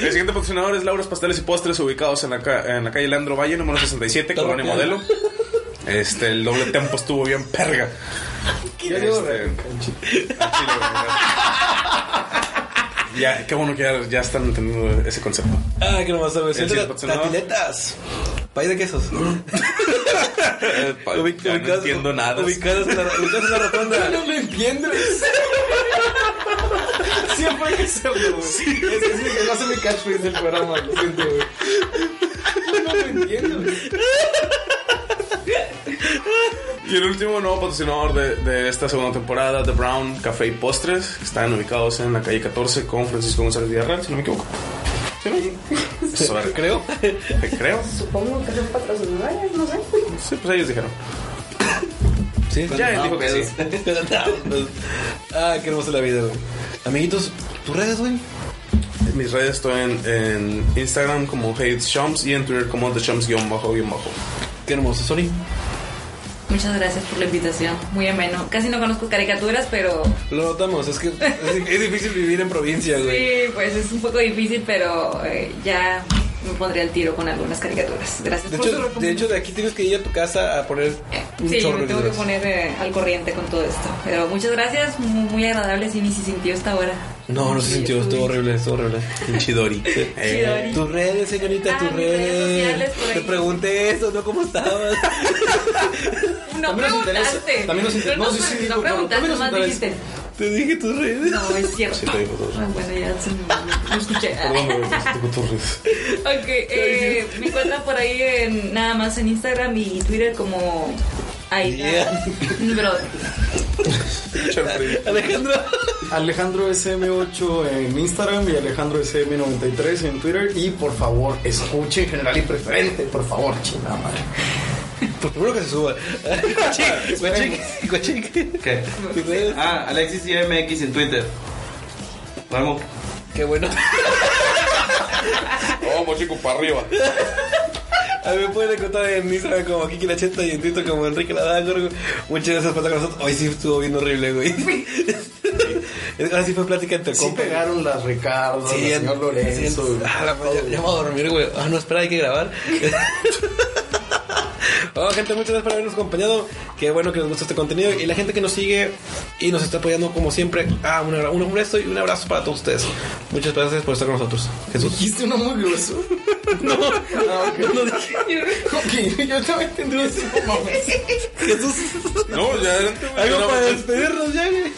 Speaker 2: El siguiente patrocinador es Laura's Pasteles y Postres, ubicados en la, ca- en la calle Leandro Valle, número 67, Colonia
Speaker 1: rápido.
Speaker 2: Modelo. Este, el doble tempo estuvo bien perga. Este,
Speaker 3: Yo digo,
Speaker 2: Ya, qué bueno que ya, ya están entendiendo ese concepto.
Speaker 1: Ah, que nomás sabes.
Speaker 2: El
Speaker 1: Siento
Speaker 2: chilpatzón,
Speaker 1: la-
Speaker 2: ¿no?
Speaker 1: Tapiletas. País de quesos. Ubic-
Speaker 2: Ya no
Speaker 1: ubicadas-
Speaker 2: entiendo nada.
Speaker 1: Ubicadas en la, ubicadas en la rotonda.
Speaker 3: No lo entiendes. Siempre hay que hacerlo, güey. Es, es, es, va a ser mi catchphrase del programa, lo siento, güey. No lo entiendo, güey.
Speaker 2: Y el último nuevo patrocinador de, de esta segunda temporada, The Brown Café y Postres, que están ubicados en la calle 14 con Francisco González Villarreal, si no me equivoco. ¿Sí, no?
Speaker 1: Creo.
Speaker 2: Creo.
Speaker 9: Supongo que son patrocinadores, no sé.
Speaker 2: Sí, pues ellos dijeron.
Speaker 1: Sí,
Speaker 2: Ya él dijo que sí.
Speaker 1: pues, Ah, qué hermosa la vida, güey. Amiguitos, ¿tus redes, güey?
Speaker 2: En mis redes estoy en, en Instagram como HatesChumps y en Twitter como TheChumps-bajo-bajo.
Speaker 1: Qué hermoso, sorry.
Speaker 5: Muchas gracias por la invitación. Muy ameno. Casi no conozco caricaturas, pero
Speaker 1: Lo notamos, es que es, es difícil vivir en provincia, güey.
Speaker 5: sí, pues es un poco difícil, pero eh, ya me pondré al tiro con algunas caricaturas. Gracias
Speaker 1: De
Speaker 5: por su
Speaker 1: hecho,
Speaker 5: recomendación.
Speaker 1: de hecho, de aquí tienes que ir a tu casa a poner un
Speaker 5: pues, Sí,
Speaker 1: chorro
Speaker 5: me
Speaker 1: de
Speaker 5: tengo que
Speaker 1: videos.
Speaker 5: poner eh, al corriente con todo esto. Pero muchas gracias, muy, muy agradable si ni se sintió hasta ahora.
Speaker 1: No, no se sintió, estuvo horrible, estuvo horrible.
Speaker 2: Chidori.
Speaker 5: Chidori.
Speaker 1: Tus redes, señorita,
Speaker 5: Ah,
Speaker 1: tus
Speaker 5: mis redes
Speaker 1: redes.
Speaker 5: sociales, por
Speaker 1: Te
Speaker 5: ahí.
Speaker 1: pregunté eso, ¿no? ¿Cómo estabas?
Speaker 5: No
Speaker 1: También nos interesa-
Speaker 5: preguntaste.
Speaker 1: también nos interesa-
Speaker 5: No,
Speaker 1: no,
Speaker 5: no,
Speaker 1: sí, sí,
Speaker 5: no
Speaker 1: digo, claro,
Speaker 5: preguntaste,
Speaker 1: también nos
Speaker 5: nomás
Speaker 1: interesa.
Speaker 5: dijiste.
Speaker 1: Te dije tus redes.
Speaker 5: No, es cierto.
Speaker 2: Sí, te dijo tus
Speaker 5: Ah, bueno, ya se me olvidó. No escuché.
Speaker 2: Perdón, güey, pues, tengo tus redes.
Speaker 5: Ok, eh, me encuentran por ahí en, nada más en Instagram y Twitter como Aida Bro.
Speaker 1: Alejandro.
Speaker 3: Alejandro SM8 en Instagram y Alejandro SM93 en Twitter. Y por favor, escuche en general y preferente, por favor, chingada madre.
Speaker 1: Por favor, Pues que se suba. Cochique, cochique.
Speaker 4: ¿Qué? Ah, Alexis y MX en Twitter. Vamos.
Speaker 1: Qué bueno.
Speaker 2: Vamos, chicos, para arriba.
Speaker 1: A mí me pueden encontrar en Instagram como Kiki La Cheta y en Twitter como Enrique Ladagor. Muchas gracias por estar con nosotros. Hoy sí estuvo bien horrible, güey. Ahora sí fue plática entre
Speaker 3: Sí
Speaker 1: compas.
Speaker 3: pegaron las Ricardo,
Speaker 1: Sí,
Speaker 3: el señor Lorenzo.
Speaker 1: sí, ah, la madre, ya, vamos a dormir, güey. Ah, no, espera, hay que grabar. Oh, gente, muchas gracias por habernos acompañado. Qué bueno que nos gusta este contenido. Y la gente que nos sigue y nos está apoyando, como siempre, ah, un, abra- un abrazo y un abrazo para todos ustedes. Muchas gracias por estar con nosotros. Jesús.
Speaker 3: ¿Dijiste uno muy grueso?
Speaker 1: No,
Speaker 3: no,
Speaker 1: no dije.
Speaker 3: Ok, yo estaba entendiendo eso, mames.
Speaker 1: Jesús.
Speaker 2: No, ya adelante, güey.
Speaker 1: Algo
Speaker 2: Yo no-
Speaker 1: para despedirnos ya, güey.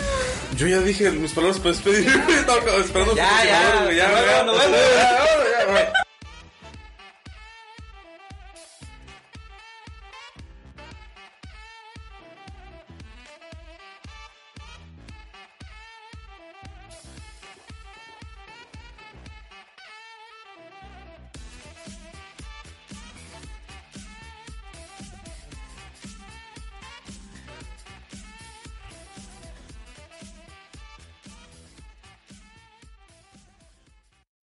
Speaker 2: Yo ya dije mis palabras para despedir. Estaba esperando
Speaker 4: Ya, ya,
Speaker 2: patrocinadores, güey, ya,
Speaker 4: nos vemos,
Speaker 2: ya.
Speaker 4: nos vemos.
Speaker 2: Ya, ya, ya, ya.